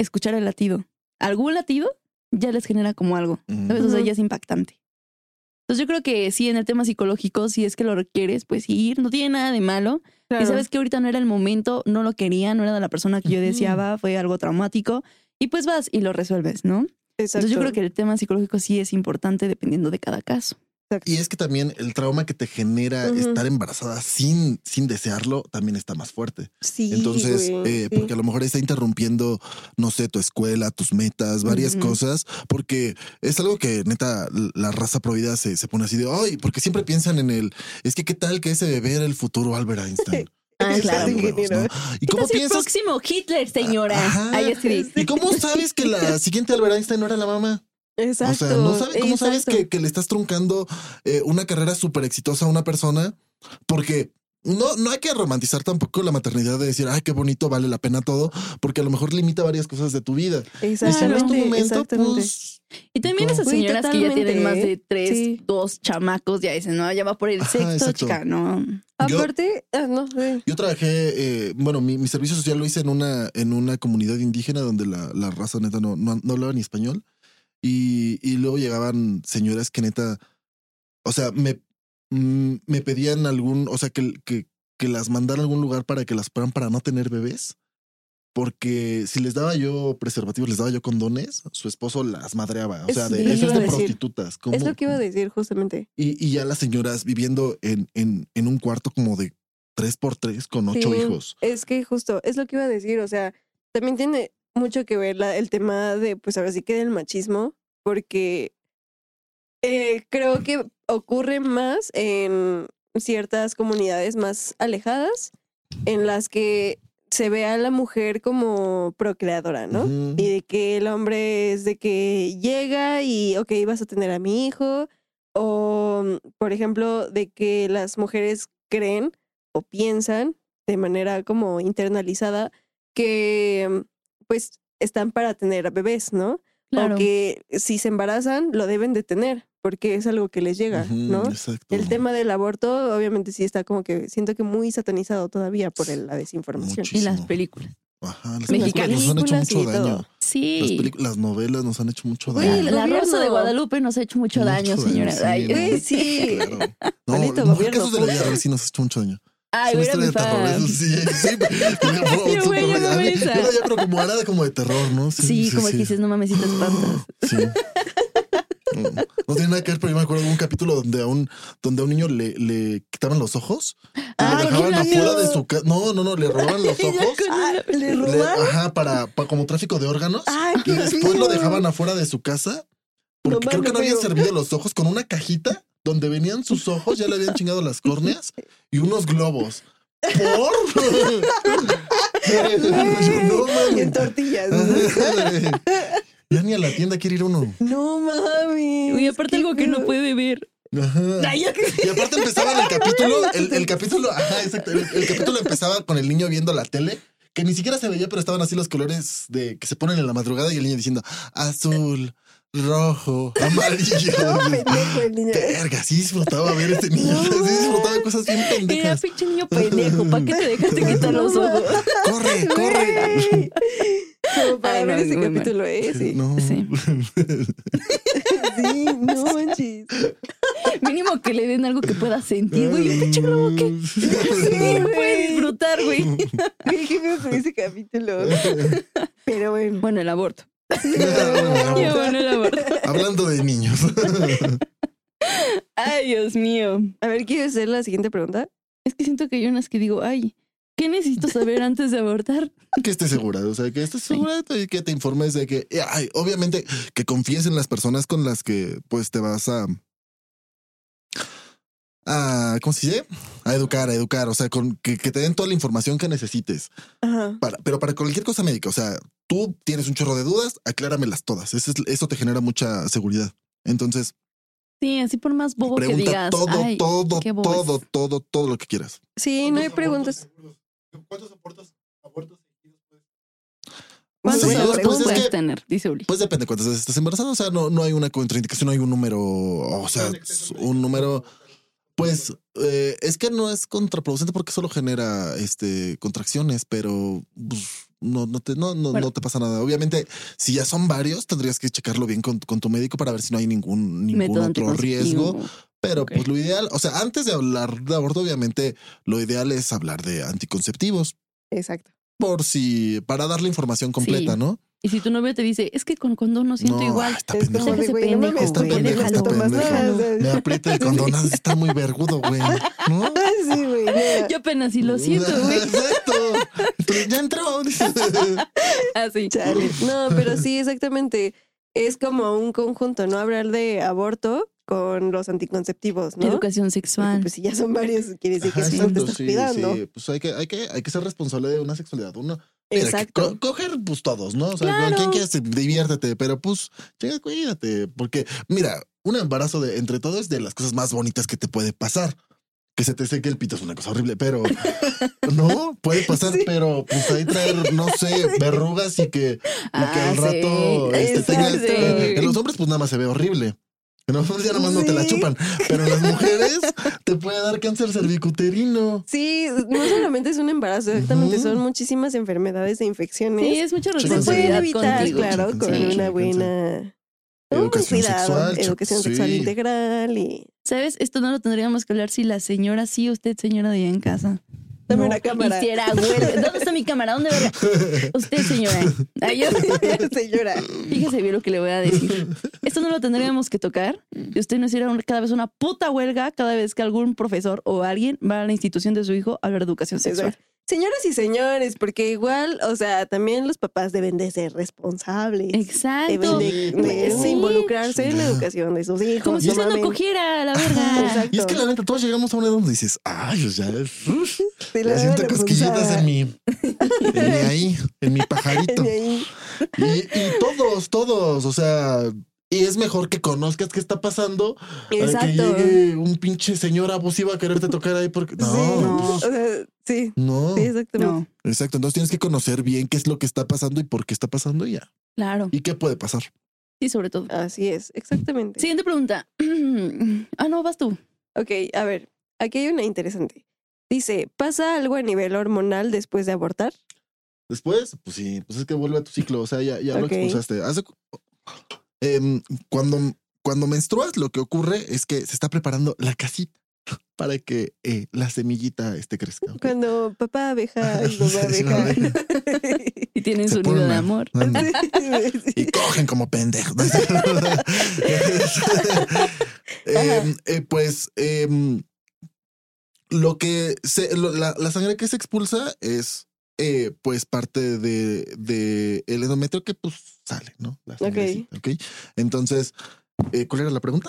Speaker 2: escuchar el latido, algún latido ya les genera como algo.
Speaker 1: mm,
Speaker 2: ¿Sabes? O sea,
Speaker 3: Ujú.
Speaker 2: ya es impactante. Entonces yo creo que sí, en el tema psicológico, si es que lo requieres, pues ir, no tiene nada de malo. Y sabes que ahorita no era el momento, no lo quería, no era de la persona que yo
Speaker 1: Ujú.
Speaker 2: deseaba, fue algo traumático. Y pues vas y lo resuelves, ¿no? Entonces yo creo que el tema psicológico sí es importante dependiendo de cada caso.
Speaker 1: mm, y es que también el trauma que te genera
Speaker 3: Ujú.
Speaker 1: estar embarazada sin, sin desearlo también está más fuerte.
Speaker 3: Sí,
Speaker 1: Entonces,
Speaker 3: güey,
Speaker 1: eh,
Speaker 3: sí.
Speaker 1: porque a lo mejor está interrumpiendo, no sé, tu escuela, tus metas, varias
Speaker 2: Ujú.
Speaker 1: cosas, porque es algo que neta la raza prohibida se, se pone así de, ay, porque siempre piensan en el, es que qué tal que ese bebé era el futuro Albert Einstein.
Speaker 2: Ah,
Speaker 3: Sí,
Speaker 2: claro.
Speaker 3: sí.
Speaker 1: Huevos,
Speaker 3: ingeniero.
Speaker 1: ¿no? ¿Y cómo
Speaker 2: el
Speaker 1: piensas?
Speaker 2: próximo Hitler, señora.
Speaker 1: Ajá.
Speaker 2: Ahí así de-
Speaker 1: ¿Y cómo sabes que la siguiente Albert Einstein no era la mamá?
Speaker 3: Exacto.
Speaker 1: o sea, no sabe- ¿cómo sabes
Speaker 3: exacto.
Speaker 1: que, que le estás truncando eh, una carrera súper exitosa a una persona? Porque no, no hay que romantizar tampoco la maternidad de decir, ay, qué bonito, vale la pena todo, porque a lo mejor limita varias cosas de tu vida. Y si no es tu
Speaker 3: Exactamente,
Speaker 1: momento,
Speaker 3: exactamente.
Speaker 1: pues...
Speaker 2: Y también esas
Speaker 3: Güey,
Speaker 2: señoras que ya tienen
Speaker 3: totalmente,
Speaker 2: más de
Speaker 3: ¿eh?
Speaker 2: tres,
Speaker 3: Sí.
Speaker 2: dos chamacos, ya dicen, no, ya va por el
Speaker 1: Ajá,
Speaker 2: sexto,
Speaker 1: exacto.
Speaker 2: chica, no.
Speaker 1: Yo-
Speaker 3: Aparte, ah, no, sí.
Speaker 1: Yo trabajé, eh, bueno, mi, mi servicio social lo hice en una, en una comunidad indígena donde la, la raza neta no, no, no hablaba ni español. Y, y luego llegaban señoras que neta, o sea, me, mm, me pedían algún, o sea, que, que, que las mandara a algún lugar para que las fueran para no tener bebés. Porque si les daba yo preservativos, les daba yo condones, su esposo las madreaba. O sea,
Speaker 3: Es-
Speaker 1: de,
Speaker 3: es
Speaker 1: eso
Speaker 3: lo que
Speaker 1: es
Speaker 3: iba
Speaker 1: de
Speaker 3: a decir.
Speaker 1: prostitutas. ¿cómo?
Speaker 3: es lo que iba a decir justamente.
Speaker 1: y, y ya las señoras viviendo en, en, en un cuarto como de tres por tres con ocho
Speaker 3: Sí.
Speaker 1: hijos.
Speaker 3: Es que justo, es lo que iba a decir, o sea, también tiene mucho que ver la- el tema de, pues ahora sí que del machismo, porque eh, creo que ocurre más en ciertas comunidades más alejadas, en las que se ve a la mujer como procreadora, ¿no?
Speaker 1: Ujú.
Speaker 3: Y de que el hombre es de que llega y, ok, vas a tener a mi hijo. O, mm, por ejemplo, de que las mujeres creen o piensan de manera como internalizada que, mm, pues, están para tener a bebés, ¿no?
Speaker 2: Claro.
Speaker 3: O que si se embarazan, lo deben de tener, porque es algo que les llega,
Speaker 1: Ujú,
Speaker 3: ¿no?
Speaker 1: Exacto.
Speaker 3: El tema del aborto, obviamente, sí está como que siento que muy satanizado todavía por el- la desinformación.
Speaker 2: Y las
Speaker 1: muchísimo.
Speaker 2: películas.
Speaker 1: Ajá, las
Speaker 2: Mexicanas.
Speaker 1: películas nos han hecho
Speaker 3: Películas y
Speaker 1: mucho daño.
Speaker 3: todo.
Speaker 1: Las,
Speaker 2: Sí.
Speaker 1: películas, las novelas nos han hecho mucho
Speaker 3: Güey,
Speaker 2: La-
Speaker 1: daño.
Speaker 3: el
Speaker 2: la
Speaker 3: gobierno.
Speaker 2: Rosa de Guadalupe nos ha hecho mucho,
Speaker 1: Mucho
Speaker 2: daño,
Speaker 1: daño,
Speaker 2: señora.
Speaker 1: sí,
Speaker 2: Ay,
Speaker 1: ¿no?
Speaker 3: Güey, Eh, sí.
Speaker 1: Claro. No,
Speaker 3: Maldito
Speaker 1: mujer
Speaker 3: gobierno, pues.
Speaker 1: casos de la vida
Speaker 3: puta.
Speaker 1: real sí nos ha hecho mucho daño.
Speaker 2: Ay,
Speaker 1: Es
Speaker 2: era
Speaker 1: una
Speaker 2: mi
Speaker 1: historia de terror.
Speaker 2: fan.
Speaker 1: eso Sí, sí.
Speaker 2: Yo,
Speaker 1: Pero
Speaker 2: güey, yo no me esa.
Speaker 1: Era ya, pero como era de- como de terror, ¿no?
Speaker 2: Sí, como que dices, no mames, si te espantas.
Speaker 1: Sí. No, no tiene nada que ver, pero yo me acuerdo de un capítulo donde a un, donde a un niño le, le quitaban los ojos y
Speaker 2: Ay,
Speaker 1: lo
Speaker 2: qué
Speaker 1: dejaban afuera
Speaker 2: daño.
Speaker 1: de su casa. No, no, no, le robaban los
Speaker 2: Ay, ya
Speaker 1: ojos.
Speaker 2: con
Speaker 3: Ah,
Speaker 2: una-
Speaker 1: Le-
Speaker 3: ¿Le robaron?
Speaker 1: ajá, para, para como tráfico de órganos.
Speaker 3: Ay,
Speaker 1: Y
Speaker 3: Ah, qué
Speaker 1: después lo
Speaker 3: feo.
Speaker 1: dejaban afuera de su casa. Porque
Speaker 3: No
Speaker 1: creo que no
Speaker 3: mames,
Speaker 1: habían
Speaker 3: pero-
Speaker 1: servido los ojos con una cajita donde venían sus ojos, ya le habían chingado las córneas y unos globos. ¿Por? no
Speaker 3: Y en
Speaker 1: mames.
Speaker 3: tortillas.
Speaker 1: Ya ni a la tienda quiere ir uno.
Speaker 3: No mames.
Speaker 2: Uy, aparte
Speaker 3: qué
Speaker 2: algo que no
Speaker 3: feo.
Speaker 2: puede ver.
Speaker 1: Ajá.
Speaker 2: Ay, ya que-
Speaker 1: Y aparte empezaba el capítulo, el, el capítulo, ajá, exacto, el, el capítulo empezaba con el niño viendo la tele, que ni siquiera se veía, pero estaban así los colores de que se ponen en la madrugada y el niño diciendo azul, rojo, amarillo.
Speaker 3: No, pendejo el niño.
Speaker 1: Verga, sí disfrutaba ver este niño, sí disfrutaba de cosas bien
Speaker 2: Era
Speaker 1: pendejas.
Speaker 2: pinche niño pendejo. ¿Para qué te dejaste quitar los
Speaker 3: No,
Speaker 2: ojos?
Speaker 1: Corre, corre.
Speaker 3: Güey. Como para
Speaker 2: Ay, no,
Speaker 3: ver ese
Speaker 2: es muy
Speaker 3: capítulo, ¿eh? Sí.
Speaker 1: No.
Speaker 2: Sí.
Speaker 3: Sí, no manches.
Speaker 2: Mínimo que le den algo que pueda sentir, güey. Un pinche globo que sí, lo puede
Speaker 3: güey.
Speaker 2: disfrutar, güey.
Speaker 3: Güey, qué feo con ese capítulo. Pero bueno.
Speaker 2: Bueno, el aborto.
Speaker 1: Ya,
Speaker 2: Ya, bueno, el aborto.
Speaker 1: Hablando de niños.
Speaker 2: Ay, Dios mío.
Speaker 3: A ver, ¿quieres hacer la siguiente pregunta?
Speaker 2: Es que siento que hay unas que digo, ay, ¿qué necesito saber antes de abortar?
Speaker 1: que estés segura, o sea, que estés segura y que te informes de que, eh, ay, obviamente, que confíes en las personas con las que, pues, te vas a, a, ¿cómo se dice? A educar, a educar, o sea, con, que, que te den toda la información que necesites,
Speaker 3: Ajá.
Speaker 1: para, pero para cualquier cosa médica, o sea, tú tienes un chorro de dudas, acláramelas todas, eso, es- eso te genera mucha seguridad. Entonces,
Speaker 2: Sí, así por más bobo que
Speaker 1: pregunta
Speaker 2: digas.
Speaker 1: todo,
Speaker 2: "Ay,
Speaker 1: todo,
Speaker 2: qué
Speaker 1: todo,
Speaker 2: bobo
Speaker 1: todo,
Speaker 2: es".
Speaker 1: todo, lo que quieras.
Speaker 3: Sí, no hay preguntas.
Speaker 4: ¿Cuántos abortos, abortos seguidos puedes
Speaker 3: ¿Cuántos
Speaker 1: Sí,
Speaker 3: abortos
Speaker 1: pues, es
Speaker 2: puedes
Speaker 1: que-
Speaker 2: tener? Dice Uli.
Speaker 1: pues depende cuántas veces estás embarazada, o sea, no, no hay una contraindicación, no hay un número, o sea,
Speaker 4: En exceso de-
Speaker 1: un número... Pues eh, es que no es contraproducente porque solo genera este contracciones, pero pues, no, no, te, no, no,
Speaker 2: Bueno.
Speaker 1: no te pasa nada. Obviamente, si ya son varios, tendrías que checarlo bien con, con tu médico para ver si no hay ningún, ningún
Speaker 2: Método
Speaker 1: otro riesgo.
Speaker 2: anticonceptivo.
Speaker 1: Pero
Speaker 2: Ok.
Speaker 1: pues lo ideal, o sea, antes de hablar de aborto, obviamente, lo ideal es hablar de anticonceptivos
Speaker 3: Exacto.
Speaker 1: por si, para dar la información completa,
Speaker 2: Sí.
Speaker 1: ¿no?
Speaker 2: Y si tu novio te dice, es que con condón no siento
Speaker 1: No,
Speaker 2: igual.
Speaker 1: ah, está
Speaker 3: Es
Speaker 1: pendejo.
Speaker 3: como de,
Speaker 2: Déjese
Speaker 3: güey, no
Speaker 2: pendejo,
Speaker 3: mames, tú
Speaker 1: güey,
Speaker 3: pendejo,
Speaker 1: déjalo,
Speaker 3: no tomas
Speaker 1: pendejo.
Speaker 3: nada, o
Speaker 1: Me
Speaker 3: sea,
Speaker 1: aprieta el condón, ah, está muy vergudo, güey. ¿No?
Speaker 3: Ah, Sí, güey. no.
Speaker 2: Yo apenas sí lo siento, güey.
Speaker 1: Exacto. Entonces, ya entró.
Speaker 2: Así.
Speaker 3: Chale. No, pero sí, exactamente. Es como un conjunto, ¿no? Hablar de aborto con los anticonceptivos, ¿no?
Speaker 2: Educación
Speaker 3: Porque,
Speaker 2: sexual.
Speaker 3: Pues si ya son varios, quiere decir que
Speaker 1: Ajá,
Speaker 3: sí, te
Speaker 1: exacto,
Speaker 3: estás
Speaker 1: sí,
Speaker 3: cuidando.
Speaker 1: sí. Pues hay que, hay que, hay que ser responsable de una sexualidad. Uno, mira, que
Speaker 3: Exacto.
Speaker 1: co- coger, pues todos, ¿no? O sea,
Speaker 2: Claro.
Speaker 1: quien quieras, diviértete, pero pues, llega, cuídate. Porque, mira, un embarazo de entre todos es de las cosas más bonitas que te puede pasar. Que se te seque el pito es una cosa horrible, pero no puede pasar,
Speaker 3: Sí.
Speaker 1: pero pues ahí traer, no sé, verrugas y que y que
Speaker 2: Ah,
Speaker 1: al rato
Speaker 2: sí.
Speaker 1: este, tengas-
Speaker 3: exacto.
Speaker 1: eh, en los hombres, pues nada más se ve horrible. En los hombres ya nada más no te la
Speaker 3: Sí.
Speaker 1: chupan. Pero en las mujeres te puede dar cáncer cervicuterino.
Speaker 3: Sí, no solamente es un embarazo, exactamente,
Speaker 1: Ujú.
Speaker 3: son muchísimas enfermedades e infecciones.
Speaker 2: Sí, es mucha
Speaker 1: Se
Speaker 3: Se pueden
Speaker 2: responsabilidad
Speaker 3: evitar,
Speaker 2: contigo.
Speaker 3: claro, con
Speaker 2: Sí.
Speaker 3: una buena un buen
Speaker 1: Educación
Speaker 3: cuidado,
Speaker 1: sexual, chico,
Speaker 3: educación
Speaker 1: sí.
Speaker 3: sexual integral y
Speaker 2: ¿Sabes? Esto no lo tendríamos que hablar si la señora sí, usted, señora de allá en casa.
Speaker 3: Dame
Speaker 2: No
Speaker 3: una cámara.
Speaker 2: Hiciera huelga. ¿Dónde está mi cámara? ¿Dónde verga? Usted, señora. Ay, yo-
Speaker 3: señora.
Speaker 2: Fíjese bien lo que le voy a decir. Esto no lo tendríamos que tocar y usted no hiciera un- cada vez una puta huelga cada vez que algún profesor o alguien va a la institución de su hijo a hablar de educación sexual.
Speaker 3: Señoras y señores, porque igual, o sea, también los papás deben de ser responsables. Deben
Speaker 2: Exacto.
Speaker 3: de,
Speaker 1: Exacto.
Speaker 3: de
Speaker 2: Sí.
Speaker 3: pues, involucrarse en la educación de sus hijos.
Speaker 2: Como si
Speaker 3: no
Speaker 2: usted no
Speaker 3: mamen.
Speaker 2: cogiera, la verga.
Speaker 3: Exacto.
Speaker 1: Y es que la neta, todos llegamos a una edad donde dices, ay, o sea, es- uf,
Speaker 3: Sí, la
Speaker 1: ya siento
Speaker 3: verdad,
Speaker 1: cosquillitas
Speaker 3: o
Speaker 1: en
Speaker 3: sea,
Speaker 1: mi, en mi ahí, en mi pajarito.
Speaker 3: en ahí.
Speaker 1: Y, y todos, todos, o sea, y es mejor que conozcas qué está pasando a que
Speaker 3: Exacto.
Speaker 1: llegue un pinche señor abusivo a quererte tocar ahí porque... No, pues,
Speaker 3: sí,
Speaker 2: no.
Speaker 3: O sea, sí,
Speaker 1: no.
Speaker 3: sí, exactamente.
Speaker 2: No,
Speaker 1: Exacto, entonces tienes que conocer bien qué es lo que está pasando y por qué está pasando y ya.
Speaker 2: claro.
Speaker 1: ¿Y qué puede pasar?
Speaker 2: Sí, sobre todo.
Speaker 3: Así es, exactamente.
Speaker 2: Siguiente pregunta. Ah, no, vas tú.
Speaker 3: Ok, a ver, aquí hay una interesante. Dice, ¿pasa algo a nivel hormonal después de abortar?
Speaker 1: Después, pues sí, pues es que vuelve a tu ciclo, o sea, ya, ya lo
Speaker 3: Ok.
Speaker 1: expulsaste. Haz de cu- Em, cuando, cuando menstruas, lo que ocurre es que se está preparando la casita para que eh, la semillita este crezca. ¿ok?
Speaker 3: Cuando papá abeja,
Speaker 1: Sí,
Speaker 3: mamá
Speaker 1: sí,
Speaker 3: abeja.
Speaker 1: abeja.
Speaker 2: Y tienen
Speaker 1: Se
Speaker 2: su
Speaker 1: ponen
Speaker 2: nido de
Speaker 1: a-
Speaker 2: amor.
Speaker 1: Anda.
Speaker 3: Sí, sí,
Speaker 1: y
Speaker 3: sí.
Speaker 1: cogen como pendejos. ¿no Este, es cierto? Eh, eh, pues eh, lo que se- lo- la, la sangre que se expulsa es eh, pues parte de, de el endometrio que pues sale, ¿no? La sangrecita, ok. Entonces, eh, ¿cuál era la pregunta?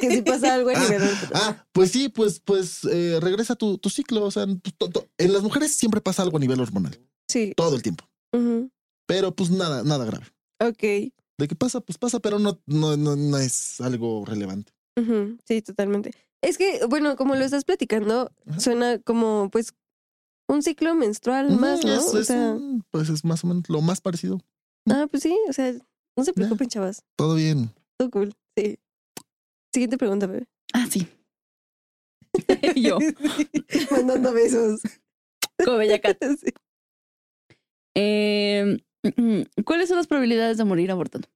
Speaker 3: que si pasa algo a nivel hormonal.
Speaker 1: Ah, pues sí, pues, pues eh, regresa tu, tu ciclo. O sea, pues, to- to- en las mujeres siempre pasa algo a nivel hormonal,
Speaker 3: Sí.
Speaker 1: todo el tiempo.
Speaker 3: ujú.
Speaker 1: Pero pues nada, nada grave.
Speaker 3: Ok.
Speaker 1: De qué pasa, pues pasa, pero no, no, no, no es algo relevante.
Speaker 3: ujú, Sí, totalmente. Es que, bueno, como lo estás platicando,
Speaker 1: Ajá.
Speaker 3: suena como, pues, un ciclo menstrual más,
Speaker 1: Ujú,
Speaker 3: ¿no?
Speaker 1: es-
Speaker 3: o
Speaker 1: es
Speaker 3: sea,
Speaker 1: un- pues es más o menos lo más parecido.
Speaker 3: ah, pues sí, o sea, no se preocupen, chavas.
Speaker 1: Todo bien.
Speaker 3: Todo cool. Sí. Siguiente pregunta, bebé.
Speaker 2: Ah, sí. Yo,
Speaker 3: Mandando besos.
Speaker 2: como bella cat.
Speaker 3: Sí.
Speaker 2: Eh, ¿Cuáles son las probabilidades de morir abortando?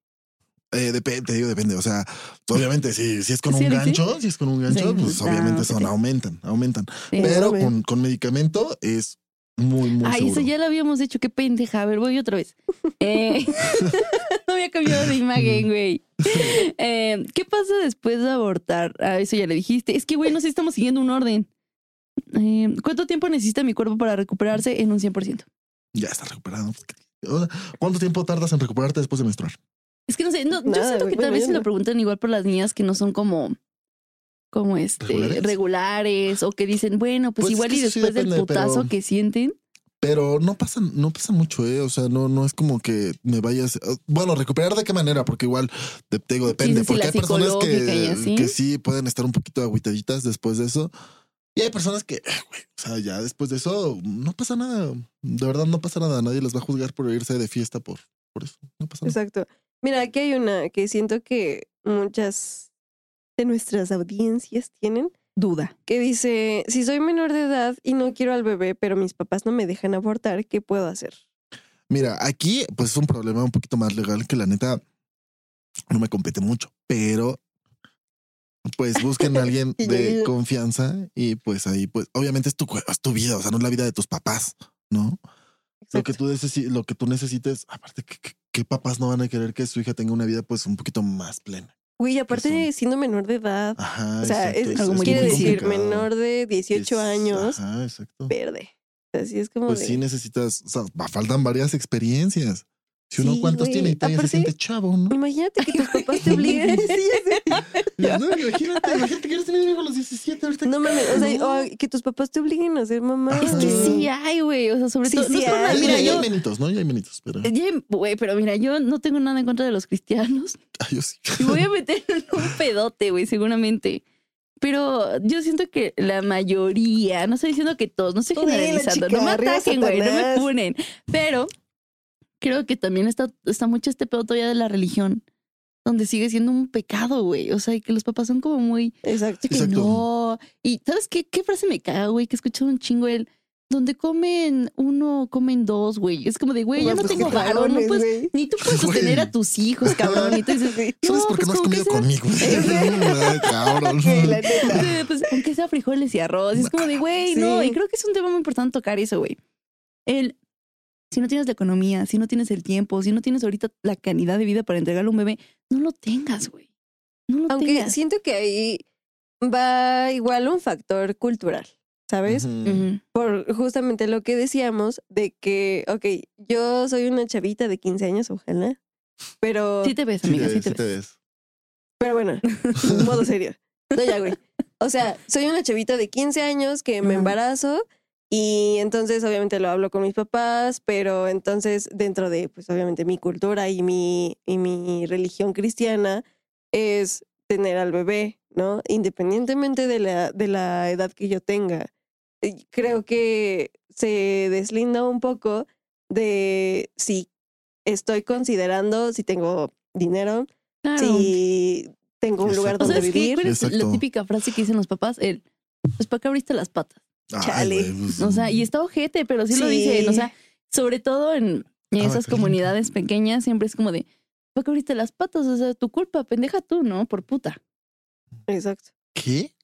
Speaker 1: Eh, depende, te digo, depende. O sea, obviamente, si, si es con
Speaker 2: Sí,
Speaker 1: un
Speaker 2: sí.
Speaker 1: gancho, si es con un gancho,
Speaker 2: Sí,
Speaker 1: pues
Speaker 2: está,
Speaker 1: obviamente son,
Speaker 2: sí.
Speaker 1: aumentan, aumentan.
Speaker 2: Sí.
Speaker 1: Pero
Speaker 3: obvio.
Speaker 1: con, con medicamento es muy, muy
Speaker 2: Ay, eso
Speaker 1: seguro.
Speaker 2: ya lo habíamos dicho, qué pendeja. A ver, voy otra vez. Eh, no había cambiado de
Speaker 1: Mm.
Speaker 2: imagen, güey. Eh, ¿Qué pasa después de abortar? Ah, eso ya le dijiste. Es que, güey, no sé, estamos siguiendo un orden. Eh, ¿Cuánto tiempo necesita mi cuerpo para recuperarse en un 100%?
Speaker 1: Ya está recuperado. Pues, ¿qué- o sea, ¿Cuánto tiempo tardas en recuperarte después de menstruar?
Speaker 2: Es que no sé, no, yo
Speaker 3: Nada,
Speaker 2: siento
Speaker 3: güey,
Speaker 2: que tal
Speaker 3: bueno,
Speaker 2: vez
Speaker 3: yo
Speaker 2: se lo
Speaker 3: no.
Speaker 2: preguntan igual por las niñas que no son como, como este
Speaker 1: ¿Regulares?
Speaker 2: ¿Regulares? o que dicen, bueno, pues,
Speaker 1: Pues es
Speaker 2: igual
Speaker 1: que
Speaker 2: y
Speaker 1: eso sí
Speaker 2: después del
Speaker 1: depende, pero-
Speaker 2: putazo que sienten,
Speaker 1: Pero no pasa, no pasa mucho, ¿eh? O sea, no, no es como que me vayas. Bueno, recuperar de qué manera, porque igual de- te digo, depende.
Speaker 2: sí,
Speaker 1: porque
Speaker 2: la
Speaker 1: hay personas
Speaker 2: psicológica y
Speaker 1: que,
Speaker 2: así.
Speaker 1: que sí pueden estar un poquito agüitaditas después de eso. Y hay personas que, eh, güey, o sea, ya después de eso no pasa nada. De verdad, no pasa nada. Nadie les va a juzgar por irse de fiesta por, por eso. No pasa nada.
Speaker 3: Exacto. Mira, aquí hay una que siento que muchas de nuestras audiencias tienen,
Speaker 2: duda.
Speaker 3: que dice, si soy menor de edad y no quiero al bebé, pero mis papás no me dejan abortar, ¿qué puedo hacer?
Speaker 1: Mira, aquí, pues es un problema un poquito más legal que la neta no me compete mucho, pero pues busquen a alguien
Speaker 3: Y yo
Speaker 1: de
Speaker 3: digo-
Speaker 1: confianza y pues ahí, pues obviamente es tu, cu- es tu vida, o sea, no es la vida de tus papás, ¿no? Lo que,
Speaker 3: Exacto.
Speaker 1: tú necesi- lo que tú necesites, aparte, ¿qué, qué, qué papás no van a querer que su hija tenga una vida pues un poquito más plena?
Speaker 3: Güey, aparte
Speaker 1: son-
Speaker 3: siendo menor de edad,
Speaker 1: Ajá.
Speaker 3: o sea,
Speaker 1: exacto,
Speaker 3: Ah, es-
Speaker 2: algo muy
Speaker 3: quiere decir
Speaker 1: complicado.
Speaker 3: menor de 18
Speaker 1: Es-
Speaker 3: años,
Speaker 1: Ajá, exacto.
Speaker 3: verde. Así es como
Speaker 1: Pues
Speaker 3: de,
Speaker 1: sí necesitas, o sea, va- faltan varias experiencias. Si uno
Speaker 3: Sí,
Speaker 1: cuántos
Speaker 3: güey.
Speaker 1: tiene y todavía se
Speaker 3: Aparte-
Speaker 1: siente chavo, ¿no?
Speaker 3: imagínate que tus papás te obliguen. Sí, ya sé.
Speaker 1: No, imagínate, imagínate que eres un hijo a los 17 ahorita.
Speaker 3: No mames, o sea,
Speaker 1: No.
Speaker 3: o que tus papás te obliguen a ser mamá.
Speaker 2: Es que
Speaker 1: Ajá.
Speaker 2: sí hay, güey, o sea, sobre
Speaker 3: Sí,
Speaker 2: todo, no
Speaker 3: sí
Speaker 2: es por nada,
Speaker 3: hay.
Speaker 2: mira,
Speaker 1: ya
Speaker 2: yo, Eh,
Speaker 1: hay menitos, ¿no? Ya hay menitos, pero...
Speaker 2: ya- güey, pero mira, yo no tengo nada en contra de los cristianos
Speaker 1: Ay, yo sí.
Speaker 2: y voy a meter en un pedote, güey, seguramente. Pero yo siento que la mayoría, no estoy diciendo que todos, no estoy
Speaker 3: Tú dilo,
Speaker 2: generalizando,
Speaker 3: chica,
Speaker 2: no me
Speaker 3: arriba
Speaker 2: ataquen, güey, no me
Speaker 3: Satanás.
Speaker 2: punen. Pero creo que también está, está mucho este pedo todavía de la religión, donde sigue siendo un pecado, güey. O sea, y que los papás son como muy
Speaker 3: Exacto.
Speaker 2: Yo que
Speaker 1: Exacto.
Speaker 2: no. Y ¿sabes qué, qué frase me caga, güey? Que he escuchado un chingo él. Donde comen uno, comen dos, güey. Es como de, güey, ya no
Speaker 3: Güey, pues,
Speaker 2: tengo
Speaker 3: qué
Speaker 2: varón. No Pues,
Speaker 3: cabrones,
Speaker 2: puedes,
Speaker 3: güey.
Speaker 2: ni tú puedes
Speaker 1: Güey.
Speaker 2: sostener a tus hijos, cabrón. Y tú dices,
Speaker 1: ¿Sabes por
Speaker 2: pues,
Speaker 1: qué no has
Speaker 2: como que
Speaker 1: comido
Speaker 2: sea-
Speaker 1: conmigo? Ay, Cabrón.
Speaker 3: Ok, la neta.
Speaker 2: Sí, pues, aunque sea frijoles y arroz. Es como de, güey, no.
Speaker 3: Sí.
Speaker 2: Y creo que es un tema muy importante tocar eso, güey. El, si no tienes la economía, si no tienes el tiempo, si no tienes ahorita la calidad de vida para entregarle a un bebé, no lo tengas, güey. No lo
Speaker 3: Aunque
Speaker 2: tengas.
Speaker 3: siento que ahí va igual un factor cultural, ¿sabes?
Speaker 1: Ujú.
Speaker 2: Ujú.
Speaker 3: Por justamente lo que decíamos de que, ok, yo soy una chavita de 15 años, ojalá, pero,
Speaker 2: Sí te ves,
Speaker 1: Sí
Speaker 2: amiga,
Speaker 1: te-
Speaker 2: sí te
Speaker 1: sí te
Speaker 2: ves.
Speaker 1: ves.
Speaker 3: pero bueno, modo serio. No, ya, güey. O sea, soy una chavita de 15 años que me
Speaker 2: Ajá.
Speaker 3: embarazo y entonces obviamente lo hablo con mis papás, pero entonces dentro de, pues obviamente mi cultura y mi, y mi religión cristiana es tener al bebé, ¿no? Independientemente de la, de la edad que yo tenga. Y Creo que se deslinda un poco de si estoy considerando, si tengo dinero,
Speaker 2: Claro.
Speaker 3: si tengo un lugar
Speaker 1: Exacto.
Speaker 2: O sea,
Speaker 3: donde
Speaker 2: es que
Speaker 3: vivir.
Speaker 2: ¿cuál es la
Speaker 1: Exacto.
Speaker 2: típica frase que dicen los papás, el, pues para qué abriste las patas.
Speaker 1: Ay,
Speaker 3: Chale.
Speaker 1: güey, pues,
Speaker 2: O sea, y está ojete, pero sí, Ah, lo
Speaker 3: Sí.
Speaker 2: dicen. O sea, sobre todo en esas
Speaker 1: perdón.
Speaker 2: comunidades pequeñas, siempre es como de, ¿para qué abriste las patas? O sea, tu culpa, pendeja tú, ¿no? Por puta.
Speaker 3: Exacto.
Speaker 1: ¿Qué?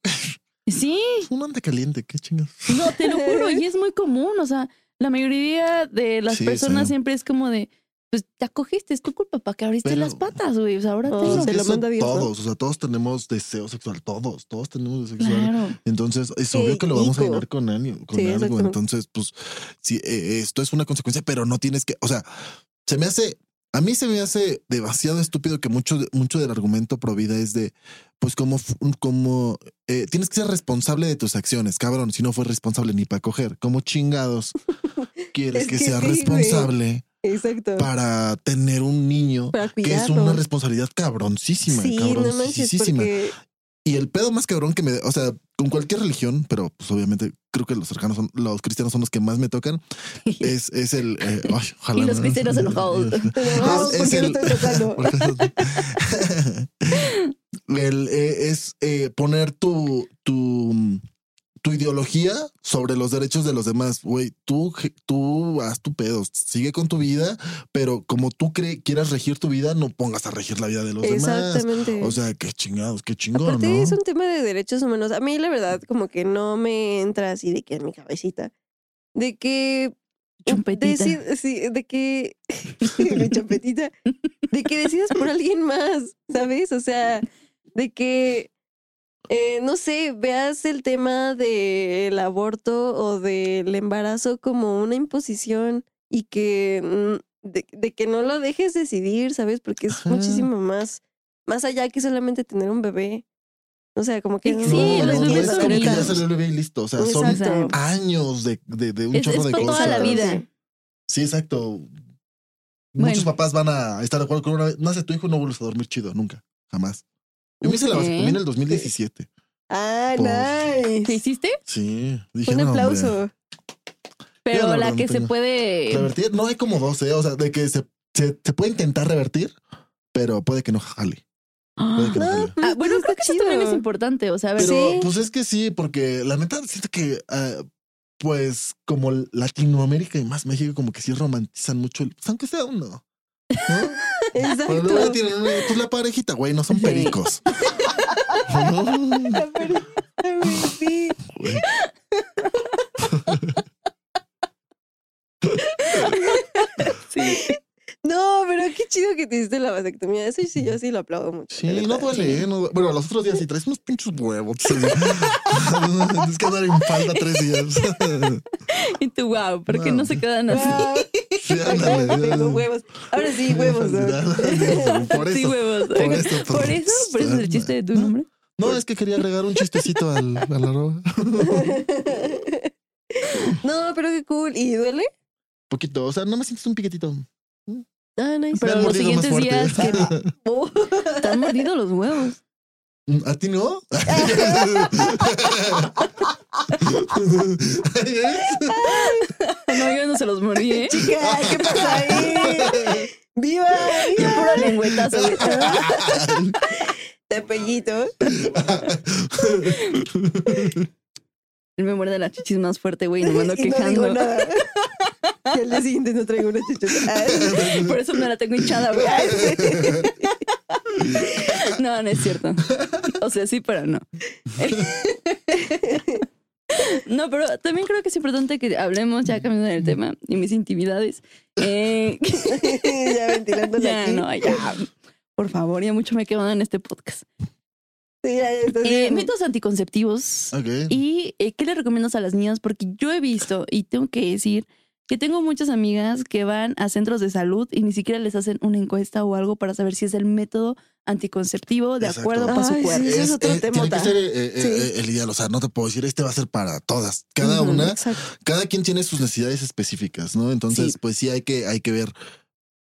Speaker 2: Sí,
Speaker 1: Es un anda caliente, qué chingas.
Speaker 2: no, te lo juro, y es muy común. O sea, la mayoría de las
Speaker 1: Sí,
Speaker 2: personas
Speaker 1: sí.
Speaker 2: siempre es como de, pues te acogiste, es tu culpa, ¿para qué abriste
Speaker 1: Pero-
Speaker 2: las patas, güey? O sea, ahora
Speaker 3: Oh,
Speaker 2: te
Speaker 3: se
Speaker 2: lo...
Speaker 3: sí.
Speaker 1: Es que
Speaker 3: lo
Speaker 1: son
Speaker 3: manda Dios, ¿no?
Speaker 1: Todos, o sea, todos tenemos deseo sexual, todos, todos tenemos deseo sexual.
Speaker 2: Claro.
Speaker 1: Entonces, es
Speaker 3: Qué
Speaker 1: obvio que lo vamos a
Speaker 3: rico.
Speaker 1: llenar con, ani- con
Speaker 3: Sí,
Speaker 1: algo.
Speaker 3: exactamente.
Speaker 1: Entonces, pues, sí, eh, esto es una consecuencia, pero no tienes que. O sea, se me hace. A mí se me hace demasiado estúpido que mucho, de- mucho del argumento pro vida es de, pues, como, fu- como eh, tienes que ser responsable de tus acciones, cabrón. Si no fue responsable ni para coger, como chingados quieres
Speaker 3: Es
Speaker 1: que,
Speaker 3: que
Speaker 1: sea
Speaker 3: sí, güey.
Speaker 1: responsable
Speaker 3: Exacto.
Speaker 1: para tener un niño
Speaker 3: Para
Speaker 1: que es
Speaker 3: cuidarlo.
Speaker 1: una responsabilidad cabroncísima,
Speaker 3: Sí, no manches,
Speaker 1: cabroncísima.
Speaker 3: porque
Speaker 1: Y el pedo más cabrón que me... O sea, con cualquier religión, pero pues obviamente creo que los cercanos son... Los cristianos son los que más me tocan. Es, es el... eh, ay, ojalá
Speaker 2: Y los
Speaker 1: no.
Speaker 2: cristianos enojados.
Speaker 3: te lo vamos,
Speaker 1: Es-
Speaker 3: ¿por
Speaker 1: es
Speaker 3: qué lo
Speaker 1: el-
Speaker 3: estás tocando?
Speaker 1: Por eso- El, eh, es eh, poner tu, tu, tu ideología sobre los derechos de los demás. Güey, tú, je- tú haz tu pedo, sigue con tu vida, pero como tú cre- quieras regir tu vida, no pongas a regir la vida de los demás.
Speaker 3: Exactamente.
Speaker 1: O sea, qué chingados, qué chingón,
Speaker 3: Aparte
Speaker 1: ¿no?
Speaker 3: es un tema de derechos humanos. A mí la verdad como que no me entra así de que en mi cabecita. De que...
Speaker 2: Chumpetita.
Speaker 3: deci- sí, de que... mi champetita. De que decidas por alguien más, ¿sabes? O sea, de que... eh, no sé, veas el tema del aborto o del embarazo como una imposición y que... mm, De, de que no lo dejes decidir, ¿sabes? Porque es
Speaker 1: Ajá.
Speaker 3: muchísimo más más allá que solamente tener un bebé. O sea, como que
Speaker 2: Sí,
Speaker 3: no
Speaker 2: los
Speaker 3: lo
Speaker 1: no, no
Speaker 2: bebés
Speaker 1: es
Speaker 3: entiendo.
Speaker 1: como que ya
Speaker 2: femeninos.
Speaker 1: se le olvidó y listo. O sea, son
Speaker 3: Exacto.
Speaker 2: son
Speaker 1: años de, de, de un
Speaker 2: Es,
Speaker 1: chorro
Speaker 2: es
Speaker 1: de
Speaker 2: por toda
Speaker 1: cosas.
Speaker 2: la vida.
Speaker 3: Sí.
Speaker 1: Sí, exacto.
Speaker 2: Bueno.
Speaker 1: Muchos papás van a estar de acuerdo con una vez. Nace tu hijo, no vuelves a dormir chido, nunca, jamás. Yo me hice la
Speaker 2: Ok.
Speaker 1: vasectomía en el 2017.
Speaker 3: Ah,
Speaker 1: Por-
Speaker 2: ¿Te
Speaker 3: nice.
Speaker 2: hiciste?
Speaker 1: Sí, dije.
Speaker 3: Un
Speaker 1: "No, hombre".
Speaker 3: aplauso.
Speaker 2: Pero
Speaker 1: la
Speaker 2: la,
Speaker 1: verdad no
Speaker 2: que se
Speaker 1: tengo.
Speaker 2: puede.
Speaker 1: Revertir, no hay como dos, ¿eh? O sea, de que se, se, se puede intentar revertir, pero puede que no jale. Puede que no,
Speaker 3: No,
Speaker 1: jale.
Speaker 2: Ah, bueno,
Speaker 3: Está
Speaker 2: creo que eso
Speaker 3: chido.
Speaker 2: también es importante. O sea, a ver,
Speaker 1: Pero
Speaker 3: sí.
Speaker 1: pues es que sí, porque la neta siento que, ah, pues, como Latinoamérica y más México, como que sí romantizan mucho, el- pues, aunque sea uno. ¿no? Pero luego ya
Speaker 3: Exacto.
Speaker 1: tienen una- pues, la parejita, güey, no son
Speaker 2: Sí.
Speaker 1: pericos. No,
Speaker 3: La perrita, güey, sí.
Speaker 1: güey.
Speaker 3: No, pero qué chido que te hiciste la vasectomía. Eso sí, yo sí lo aplaudo mucho. la
Speaker 1: Sí,
Speaker 3: neta.
Speaker 1: no duele, ¿eh? No duele. Bueno, los otros días sí traes unos pinchos huevos. sí. Tienes que andar en falda tres días.
Speaker 2: y tú, wow, ¿por qué no se quedan así?
Speaker 3: Ah,
Speaker 1: Sí, ándale.
Speaker 3: tengo huevos. Ahora sí, huevos. ¿no?
Speaker 1: Por
Speaker 2: Sí,
Speaker 1: eso.
Speaker 2: huevos.
Speaker 1: Por eso. pues,
Speaker 2: Por eso, por eso es el chiste de tu nombre.
Speaker 1: No, es que quería agregar un chistecito al, a la roba.
Speaker 3: No, pero qué cool. ¿Y duele?
Speaker 1: Poquito, o sea, no me sientes un piquetito.
Speaker 3: Ah, nice.
Speaker 2: Pero
Speaker 1: Me
Speaker 2: los
Speaker 1: han mordido más
Speaker 2: siguientes días
Speaker 1: fuerte.
Speaker 2: que
Speaker 3: Oh,
Speaker 2: te han mordido los huevos.
Speaker 1: ¿A ti no? ¿Eh?
Speaker 2: No, yo no se los mordí, ¿eh?
Speaker 3: Chica, ¿qué pasa ahí? ¡Viva!
Speaker 2: Yo
Speaker 3: ¡Viva!
Speaker 2: puro lengüetazo, güey.
Speaker 3: De pellito.
Speaker 2: Él me muerde las chichis más fuerte, güey, y no me ando
Speaker 3: Y no digo
Speaker 2: quejando.
Speaker 3: nada. Y al día siguiente no traigo una chichota.
Speaker 2: Por eso me la tengo hinchada, güey. No, no es cierto. O sea, sí, pero no. No, pero también creo que es importante que hablemos ya cambiando del tema y mis intimidades. Eh,
Speaker 3: ya ventilándola
Speaker 2: ya,
Speaker 3: aquí.
Speaker 2: no, ya. Por favor, ya mucho me he quemado en este podcast.
Speaker 3: Sí, ya, ya estás
Speaker 2: Eh,
Speaker 3: bien.
Speaker 2: mitos anticonceptivos.
Speaker 1: Ok.
Speaker 2: ¿Y eh, qué le recomiendas a las niñas? Porque yo he visto y tengo que decir que tengo muchas amigas que van a centros de salud y ni siquiera les hacen una encuesta o algo para saber si es el método anticonceptivo de
Speaker 1: Exacto.
Speaker 2: acuerdo para su
Speaker 3: Ay,
Speaker 2: cuerpo.
Speaker 3: sí. Ese es otro
Speaker 1: tiene
Speaker 3: temota.
Speaker 1: que ser eh, eh,
Speaker 3: Sí.
Speaker 1: eh, el ideal, o sea, no te puedo decir, este va a ser para todas. Cada
Speaker 2: Ujú,
Speaker 1: una,
Speaker 3: Exacto.
Speaker 1: cada quien tiene sus necesidades específicas, ¿no? Entonces,
Speaker 2: Sí.
Speaker 1: pues sí hay que, hay que ver,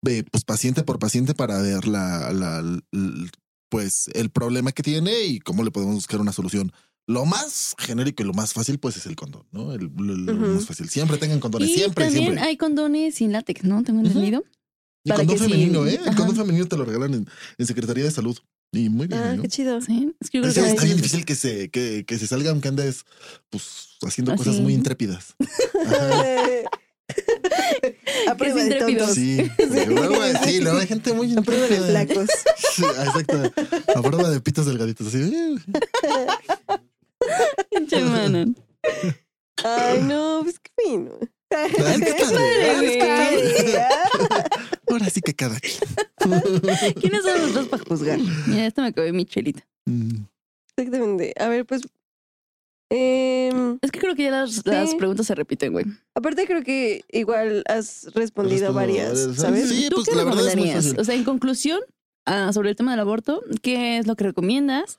Speaker 1: eh, pues paciente por paciente para ver la, la- l- pues el problema que tiene y cómo le podemos buscar una solución. Lo más genérico y lo más fácil, pues es el condón, ¿no? El, lo- lo
Speaker 3: Ujú.
Speaker 1: más fácil. Siempre tengan condones,
Speaker 2: Y
Speaker 1: siempre,
Speaker 2: también
Speaker 1: siempre.
Speaker 2: hay condones sin látex, ¿no? Tengo
Speaker 1: Ujú.
Speaker 2: entendido.
Speaker 1: Y
Speaker 2: para
Speaker 1: condón
Speaker 2: que sí.
Speaker 1: femenino, ¿eh? El
Speaker 2: Ajá.
Speaker 1: condón femenino te lo regalan en, en Secretaría de Salud. Y muy bien,
Speaker 3: Ah,
Speaker 1: ¿no?
Speaker 3: qué chido.
Speaker 2: Sí. Es que yo creo
Speaker 1: Es
Speaker 2: que
Speaker 1: que
Speaker 3: hay-
Speaker 1: está bien difícil que se, que, que se salgan, que andes pues haciendo cosas
Speaker 2: Así.
Speaker 1: muy intrépidas. Ajá.
Speaker 3: A prueba de
Speaker 2: intrépido.
Speaker 3: tontos.
Speaker 1: Sí, porque luego, eh, sí, luego hay gente muy
Speaker 3: A prueba de
Speaker 1: intrépida.
Speaker 3: flacos.
Speaker 1: Sí, ah, exacto. A prueba de pitos delgaditos. Así. eh.
Speaker 2: pinche mano.
Speaker 3: Ay, no, pues qué fino.
Speaker 1: Ah, qué padre.
Speaker 3: Ay, qué padre, ah.
Speaker 1: Ahora sí que cada quien.
Speaker 2: ¿Quiénes son los dos para juzgar? Mira, esto me acabé mi chelita.
Speaker 1: Mm,
Speaker 3: Exactamente. A ver, pues. em,
Speaker 2: Es que creo que ya las, las
Speaker 3: Sí.
Speaker 2: preguntas se repiten, güey.
Speaker 3: aparte, creo que igual has
Speaker 1: Respondo
Speaker 3: respondido varias,
Speaker 1: varias,
Speaker 3: ¿sabes?
Speaker 1: Sí,
Speaker 2: ¿Tú
Speaker 1: pues,
Speaker 2: qué
Speaker 1: la verdad es muy
Speaker 2: recomendarías?
Speaker 1: fácil.
Speaker 2: O sea, en conclusión, ah, sobre el tema del aborto, ¿qué es lo que recomiendas?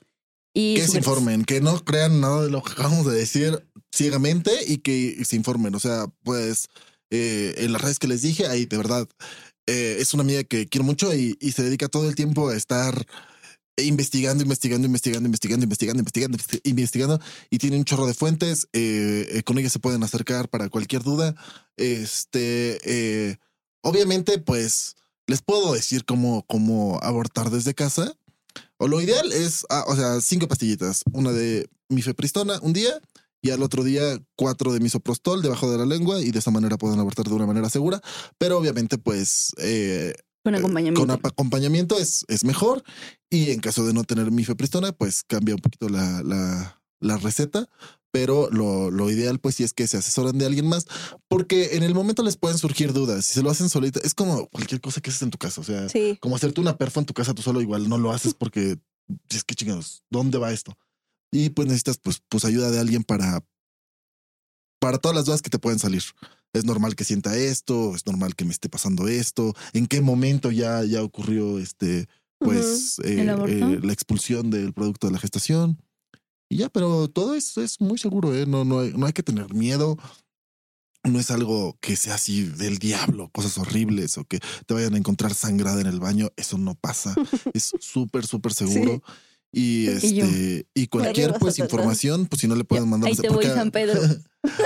Speaker 2: Y
Speaker 1: Que se
Speaker 2: sugerencias?
Speaker 1: informen, que no crean nada de lo que acabamos de decir ciegamente y que se informen. O sea, pues eh, en las redes que les dije, ahí de verdad eh, es una amiga que quiero mucho y, y se dedica todo el tiempo a estar investigando, investigando, investigando, investigando, investigando, investigando, investi- investigando y tiene un chorro de fuentes. eh, eh, con ella se pueden acercar para cualquier duda. Este, eh, obviamente, pues les puedo decir cómo, cómo abortar desde casa. O lo ideal es, ah, o sea, cinco pastillitas, una de mifepristona un día y al otro día cuatro de misoprostol debajo de la lengua y de esa manera pueden abortar de una manera segura. Pero obviamente, pues eh,
Speaker 2: Con
Speaker 1: con
Speaker 2: acompañamiento.
Speaker 1: apa- acompañamiento es, es mejor. Y en caso de no tener mifepristona, pues cambia un poquito la, la- la receta. Pero lo, lo ideal, pues, sí es que se asesoran de alguien más, porque en el momento les pueden surgir dudas. Si se lo hacen solita, es como cualquier cosa que haces en tu casa. O sea,
Speaker 3: Sí.
Speaker 1: como hacerte una perfo en tu casa tú solo, igual no lo haces porque es que chingados, ¿dónde va esto? Y pues necesitas, pues, pues ayuda de alguien para, para todas las dudas que te pueden salir. Es normal que sienta esto, es normal que me esté pasando esto, en qué momento ya, ya ocurrió este, pues, eh,
Speaker 2: ¿El aborto?
Speaker 1: eh, la expulsión del producto de la gestación. Y ya, pero todo es, es muy seguro, ¿eh? No, no, hay, no hay que tener miedo. No es algo que sea así del diablo, cosas horribles o que te vayan a encontrar sangrada en el baño. Eso no pasa. Es súper, súper seguro. Y
Speaker 2: Y yo,
Speaker 1: este, y, cualquier
Speaker 3: arriba,
Speaker 1: pues
Speaker 3: Satanás.
Speaker 1: información, pues si no le pueden mandar
Speaker 2: Ahí
Speaker 1: no sé,
Speaker 2: te voy,
Speaker 1: porque-
Speaker 2: San Pedro.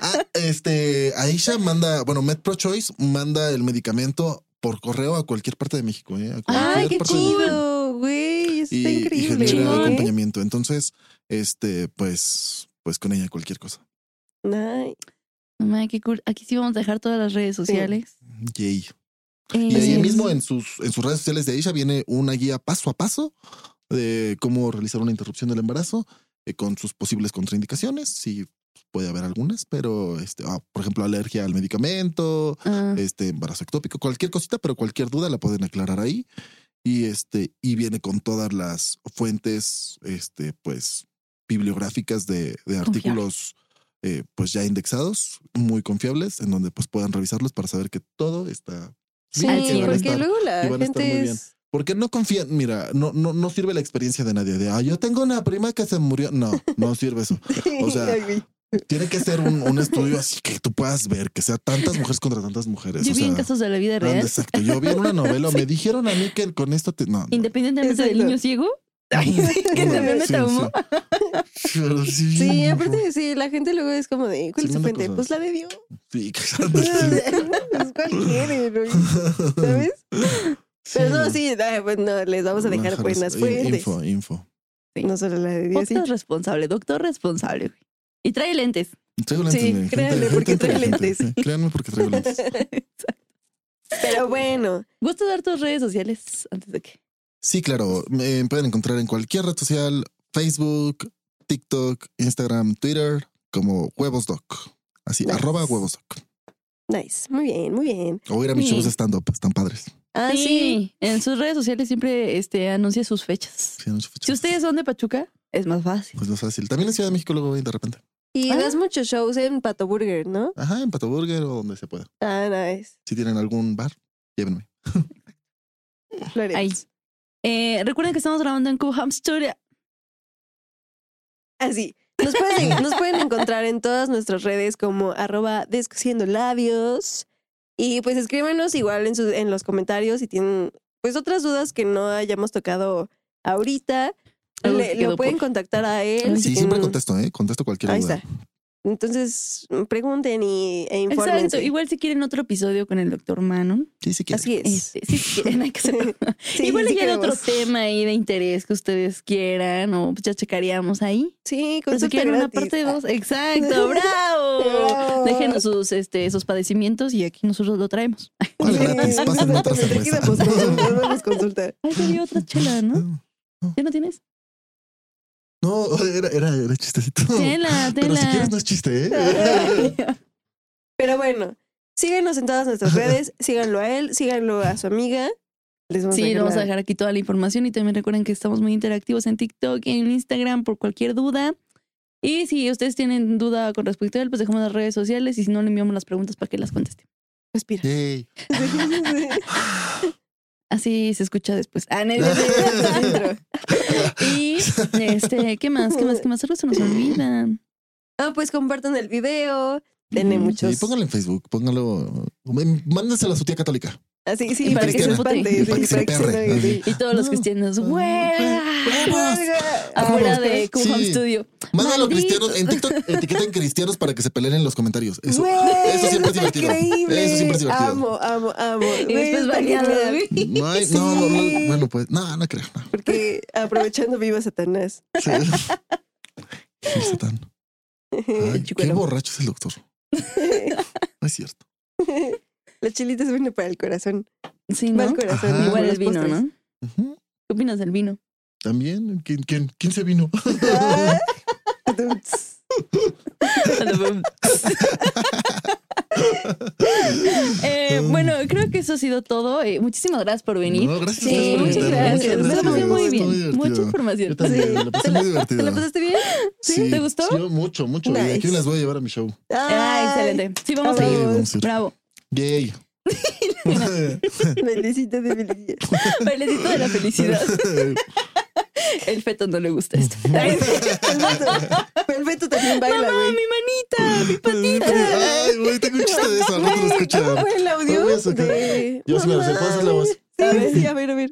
Speaker 1: Ah, este, Aisha manda, bueno, MedProChoice manda el medicamento por correo a cualquier parte de México. ¿eh? A
Speaker 3: ¡Ay,
Speaker 1: cualquier
Speaker 3: qué
Speaker 1: parte de México.
Speaker 3: chido, güey! Eso
Speaker 1: Y,
Speaker 3: está
Speaker 1: y
Speaker 3: increíble.
Speaker 1: genera
Speaker 2: Chingón.
Speaker 3: ¿eh?
Speaker 1: acompañamiento. Entonces, este, pues, pues con ella cualquier cosa.
Speaker 3: Nice.
Speaker 2: Mamá, qué cool. Aquí sí vamos a dejar todas las redes sociales.
Speaker 1: Yay.
Speaker 2: Eh,
Speaker 1: Y
Speaker 3: Así
Speaker 1: ahí
Speaker 3: es.
Speaker 1: mismo en sus, en sus redes sociales de Aisha viene una guía paso a paso de cómo realizar una interrupción del embarazo eh, con sus posibles contraindicaciones. Sí, puede haber algunas, pero este, ah, por ejemplo, alergia al medicamento,
Speaker 2: ah,
Speaker 1: este embarazo ectópico, cualquier cosita, pero cualquier duda la pueden aclarar ahí. Y este, y viene con todas las fuentes, este, pues, bibliográficas de, de artículos eh, pues ya indexados, muy confiables, en donde pues puedan revisarlos para saber que todo está.
Speaker 3: Sí,
Speaker 2: Al cien.
Speaker 3: porque
Speaker 1: estar-
Speaker 3: luego
Speaker 1: y
Speaker 3: la
Speaker 1: van a estar muy
Speaker 3: gente
Speaker 1: bien.
Speaker 3: es...
Speaker 1: Porque no confían, mira, no, no, no sirve la experiencia de nadie de ah, yo tengo una prima que se murió. No, no sirve eso. O sea,
Speaker 3: Ay, güey.
Speaker 1: Tiene que ser un, un estudio así que tú puedas ver, que sea tantas mujeres contra tantas mujeres.
Speaker 2: yo
Speaker 1: pues, o
Speaker 2: vi en
Speaker 1: sea,
Speaker 2: casos de la vida
Speaker 1: Ah,
Speaker 2: real.
Speaker 1: Exacto. Yo vi en una novela, me dijeron a mí que con esto te. No. no.
Speaker 2: Independientemente
Speaker 3: Ese
Speaker 2: del
Speaker 3: lo-
Speaker 2: niño ciego. que
Speaker 1: No,
Speaker 2: también me
Speaker 1: sí,
Speaker 2: traumó.
Speaker 1: sí. Pero sí,
Speaker 3: Sí,
Speaker 1: no,
Speaker 3: aparte, sí, la gente luego es como de,
Speaker 1: Sí,
Speaker 3: ¿cuál es su
Speaker 1: manda
Speaker 3: fuente?
Speaker 1: cosas.
Speaker 3: Pues la de Dios.
Speaker 1: sí, que-
Speaker 3: pues cuál quiere, güey? ¿sabes? Pero no, sí, ay, pues no, les vamos a dejar
Speaker 1: Manjares,
Speaker 3: buenas
Speaker 1: in-
Speaker 3: fuentes.
Speaker 1: eh, Info, info.
Speaker 3: No solo la de Dios. sí.
Speaker 2: Podcast responsable, doctor responsable. güey. Y trae lentes.
Speaker 1: Traigo
Speaker 3: Sí,
Speaker 1: lentes. miren, gente-
Speaker 3: créanle,
Speaker 1: gente
Speaker 3: porque trae
Speaker 1: inteligente,
Speaker 3: lentes.
Speaker 1: sí, Créanme porque traigo lentes.
Speaker 3: Pero bueno,
Speaker 2: ¿Gusto dar tus redes sociales antes de que?
Speaker 1: Sí, claro. Me pueden encontrar en cualquier red social: Facebook, TikTok, Instagram, Twitter, como huevosdoc. Así,
Speaker 3: Nice.
Speaker 1: arroba huevosdoc.
Speaker 3: nice. Muy bien, muy bien.
Speaker 1: O ir a mis
Speaker 2: Sí.
Speaker 1: shows de stand-up, están padres.
Speaker 3: Ah, sí.
Speaker 2: En sus redes sociales siempre este, anuncia sus fechas.
Speaker 1: Sí, no se
Speaker 2: Si
Speaker 1: fechan.
Speaker 2: ustedes son de Pachuca, es más fácil.
Speaker 1: Pues no es fácil. También en Ciudad de México luego voy de repente.
Speaker 3: Y
Speaker 2: Ah.
Speaker 3: das muchos shows en Pato Burger, ¿no?
Speaker 1: Ajá, en Pato Burger o donde se pueda.
Speaker 3: Ah, nice.
Speaker 1: Si tienen algún bar, llévenme.
Speaker 3: Flores.
Speaker 2: Ahí. Eh, recuerden que estamos grabando en Coham Studio.
Speaker 3: Así. Nos pueden, nos pueden encontrar en todas nuestras redes como arroba descosiendo labios. Y pues escríbanos igual en, sus- en los comentarios si tienen pues otras dudas que no hayamos tocado ahorita.
Speaker 2: Algo
Speaker 3: Le-
Speaker 2: que
Speaker 3: lo
Speaker 2: quedó
Speaker 3: pueden
Speaker 2: por-
Speaker 3: contactar a él.
Speaker 1: Sí,
Speaker 3: si
Speaker 1: siempre
Speaker 3: tienen-
Speaker 1: contesto, ¿eh? Contesto cualquier
Speaker 3: mm. Ahí
Speaker 1: duda.
Speaker 3: está. Entonces mm, pregunten y, e
Speaker 2: Exacto.
Speaker 3: infórmense.
Speaker 2: Igual si quieren otro episodio con el doctor Manon.
Speaker 1: Sí, sí quieres.
Speaker 3: Así es.
Speaker 2: Este, si quieren, hay que hacerlo.
Speaker 3: Sí,
Speaker 2: Igual
Speaker 3: sí
Speaker 2: hay otro
Speaker 3: queremos.
Speaker 2: tema ahí de interés que ustedes quieran o pues ya checaríamos ahí.
Speaker 3: Sí,
Speaker 2: Pero si
Speaker 3: consulta
Speaker 2: quieren una
Speaker 3: gratis. Ah.
Speaker 2: parte dos. Exacto. ¡Bravo!
Speaker 3: Bravo.
Speaker 2: Déjenos sus, este, sus padecimientos y aquí nosotros lo traemos.
Speaker 1: ¿Cuál es gratis?
Speaker 3: Sí,
Speaker 1: Pasen otra
Speaker 3: exactamente. Aquí
Speaker 1: cerveza.
Speaker 3: damos consulta, damos consulta.
Speaker 2: Ahí te dio otra chela, ¿no? ¿Ya no tienes?
Speaker 1: No, era, era, era chistecito.
Speaker 2: Tela,
Speaker 1: Pero si
Speaker 2: tela.
Speaker 1: quieres no es chiste, ¿eh?
Speaker 3: Pero bueno, síganos en todas nuestras redes, síganlo a él, síganlo a su amiga. Les vamos
Speaker 2: Sí,
Speaker 3: a
Speaker 2: le vamos a
Speaker 3: dejar la-
Speaker 2: dejar aquí toda la información y también recuerden que estamos muy interactivos en TikTok y en Instagram por cualquier duda. Y si ustedes tienen duda con respecto a él, pues dejamos las redes sociales y si no, le enviamos las preguntas para que las conteste.
Speaker 3: Respira.
Speaker 1: Yay.
Speaker 2: Así se escucha después. Ah, no, no, no.
Speaker 3: Adentro.
Speaker 2: y este, ¿qué más? ¿Qué más? ¿Qué más? Algo se nos olvida.
Speaker 3: Ah, pues compartan el video. Denle
Speaker 2: Mm,
Speaker 3: muchos.
Speaker 1: Sí, pónganlo en Facebook, póngalo. Mándenselo a su tía católica.
Speaker 3: Así, sí,
Speaker 2: Y
Speaker 3: para que se
Speaker 2: cristiana.
Speaker 3: espante.
Speaker 2: Y
Speaker 3: sí,
Speaker 2: para que
Speaker 1: se
Speaker 3: para que se
Speaker 1: emperre.
Speaker 3: enoje, sí.
Speaker 2: Y todos los
Speaker 1: No.
Speaker 2: cristianos,
Speaker 1: Ah,
Speaker 3: Ah,
Speaker 2: ¡Hueva!
Speaker 3: Verga.
Speaker 2: Afuera de Kuham
Speaker 1: Sí.
Speaker 2: Studio.
Speaker 1: Mándalo a
Speaker 2: Maldito.
Speaker 1: cristianos. En TikTok etiqueten cristianos para que se peleen en los comentarios. Eso.
Speaker 3: Güey,
Speaker 1: eso siempre es
Speaker 3: está
Speaker 1: divertido.
Speaker 3: Increíble.
Speaker 1: Eso siempre es divertido.
Speaker 3: Amo, amo, amo.
Speaker 2: Y después baneado de mí.
Speaker 1: No, hay- no, no, no,
Speaker 3: Sí.
Speaker 1: bueno, pues, no, no creo. no.
Speaker 3: Porque aprovechando viva Satanás.
Speaker 1: Sí. Gil Satán. Ay, qué
Speaker 2: Chicuelo.
Speaker 1: borracho es el doctor. No es cierto.
Speaker 3: Las chilitas vienen para el corazón.
Speaker 2: Sí,
Speaker 3: Para
Speaker 2: ¿no?
Speaker 3: el corazón.
Speaker 1: Ajá.
Speaker 3: y
Speaker 2: Igual
Speaker 3: para
Speaker 2: el
Speaker 3: los
Speaker 2: vino,
Speaker 3: postres.
Speaker 2: ¿no?
Speaker 1: Ujú.
Speaker 2: ¿Qué opinas del vino?
Speaker 1: También, ¿quién, quién, quién se vino?
Speaker 3: Ah.
Speaker 2: Eh, bueno, creo que eso ha sido todo. Eh, muchísimas gracias por venir.
Speaker 1: No, gracias. a ustedes
Speaker 3: Sí,
Speaker 1: por
Speaker 2: muchas
Speaker 1: invitarme.
Speaker 2: gracias.
Speaker 1: Muchas
Speaker 2: Me la pasé
Speaker 1: gracias.
Speaker 2: muy
Speaker 1: Estuvo
Speaker 2: bien. Mucha
Speaker 1: divertido.
Speaker 2: información.
Speaker 1: Yo también,
Speaker 2: Sí.
Speaker 1: me la pasé
Speaker 2: ¿Te
Speaker 1: muy
Speaker 2: la
Speaker 1: divertida.
Speaker 2: pasaste bien? ¿Sí? ¿Te gustó?
Speaker 1: sí, yo mucho, mucho. Y aquí
Speaker 3: Nice.
Speaker 1: las voy a llevar a mi show.
Speaker 2: Ah, excelente. Sí, vamos a
Speaker 1: Sí,
Speaker 2: ir.
Speaker 1: vamos a ir.
Speaker 2: Bravo.
Speaker 1: Yay.
Speaker 3: Bendecito de mi niña.
Speaker 2: Bailecito de la felicidad. El feto no le gusta esto.
Speaker 3: El Beto también baila,
Speaker 2: ¡Mamá,
Speaker 3: güey.
Speaker 2: mi manita! ¡Mi patita!
Speaker 1: Ay, güey, tengo un chiste de eso, al rato lo escucharán.
Speaker 3: Fue el
Speaker 1: Lo voy
Speaker 3: audio
Speaker 1: a sacar.
Speaker 3: de...
Speaker 1: Yo sí me lo sé, ¿puedo hacer la voz? Mm,
Speaker 3: Sí, a ver, sí, a ver, a ver.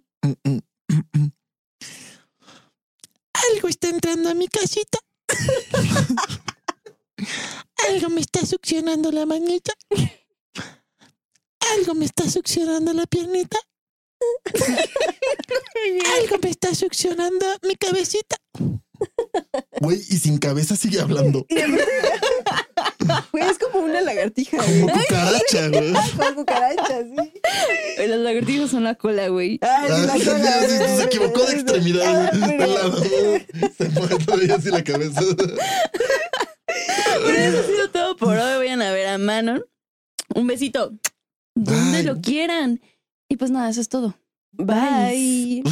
Speaker 5: Algo está entrando a mi casita. Algo me está succionando la manita. Algo me está succionando la piernita. Algo me está succionando mi cabecita.
Speaker 1: Güey, y sin cabeza sigue hablando.
Speaker 3: Y de verdad- Güey, es como una lagartija,
Speaker 1: Como
Speaker 3: güey.
Speaker 1: cucaracha, güey.
Speaker 3: Con cucarachas, sí.
Speaker 2: Las lagartijas son la cola, güey.
Speaker 3: Ay,
Speaker 1: Ah,
Speaker 3: la
Speaker 1: sí,
Speaker 3: cola,
Speaker 1: sí, sí,
Speaker 3: güey.
Speaker 1: se equivocó de extremidad.
Speaker 3: Ah,
Speaker 1: güey.
Speaker 3: pero-
Speaker 1: Al lado. Se mueve todavía así la cabeza.
Speaker 2: Pero eso ha sido todo por hoy. Vayan a ver a Manon. Un besito. Donde
Speaker 1: Ay.
Speaker 2: lo quieran. Y pues nada, eso es todo.
Speaker 3: Bye.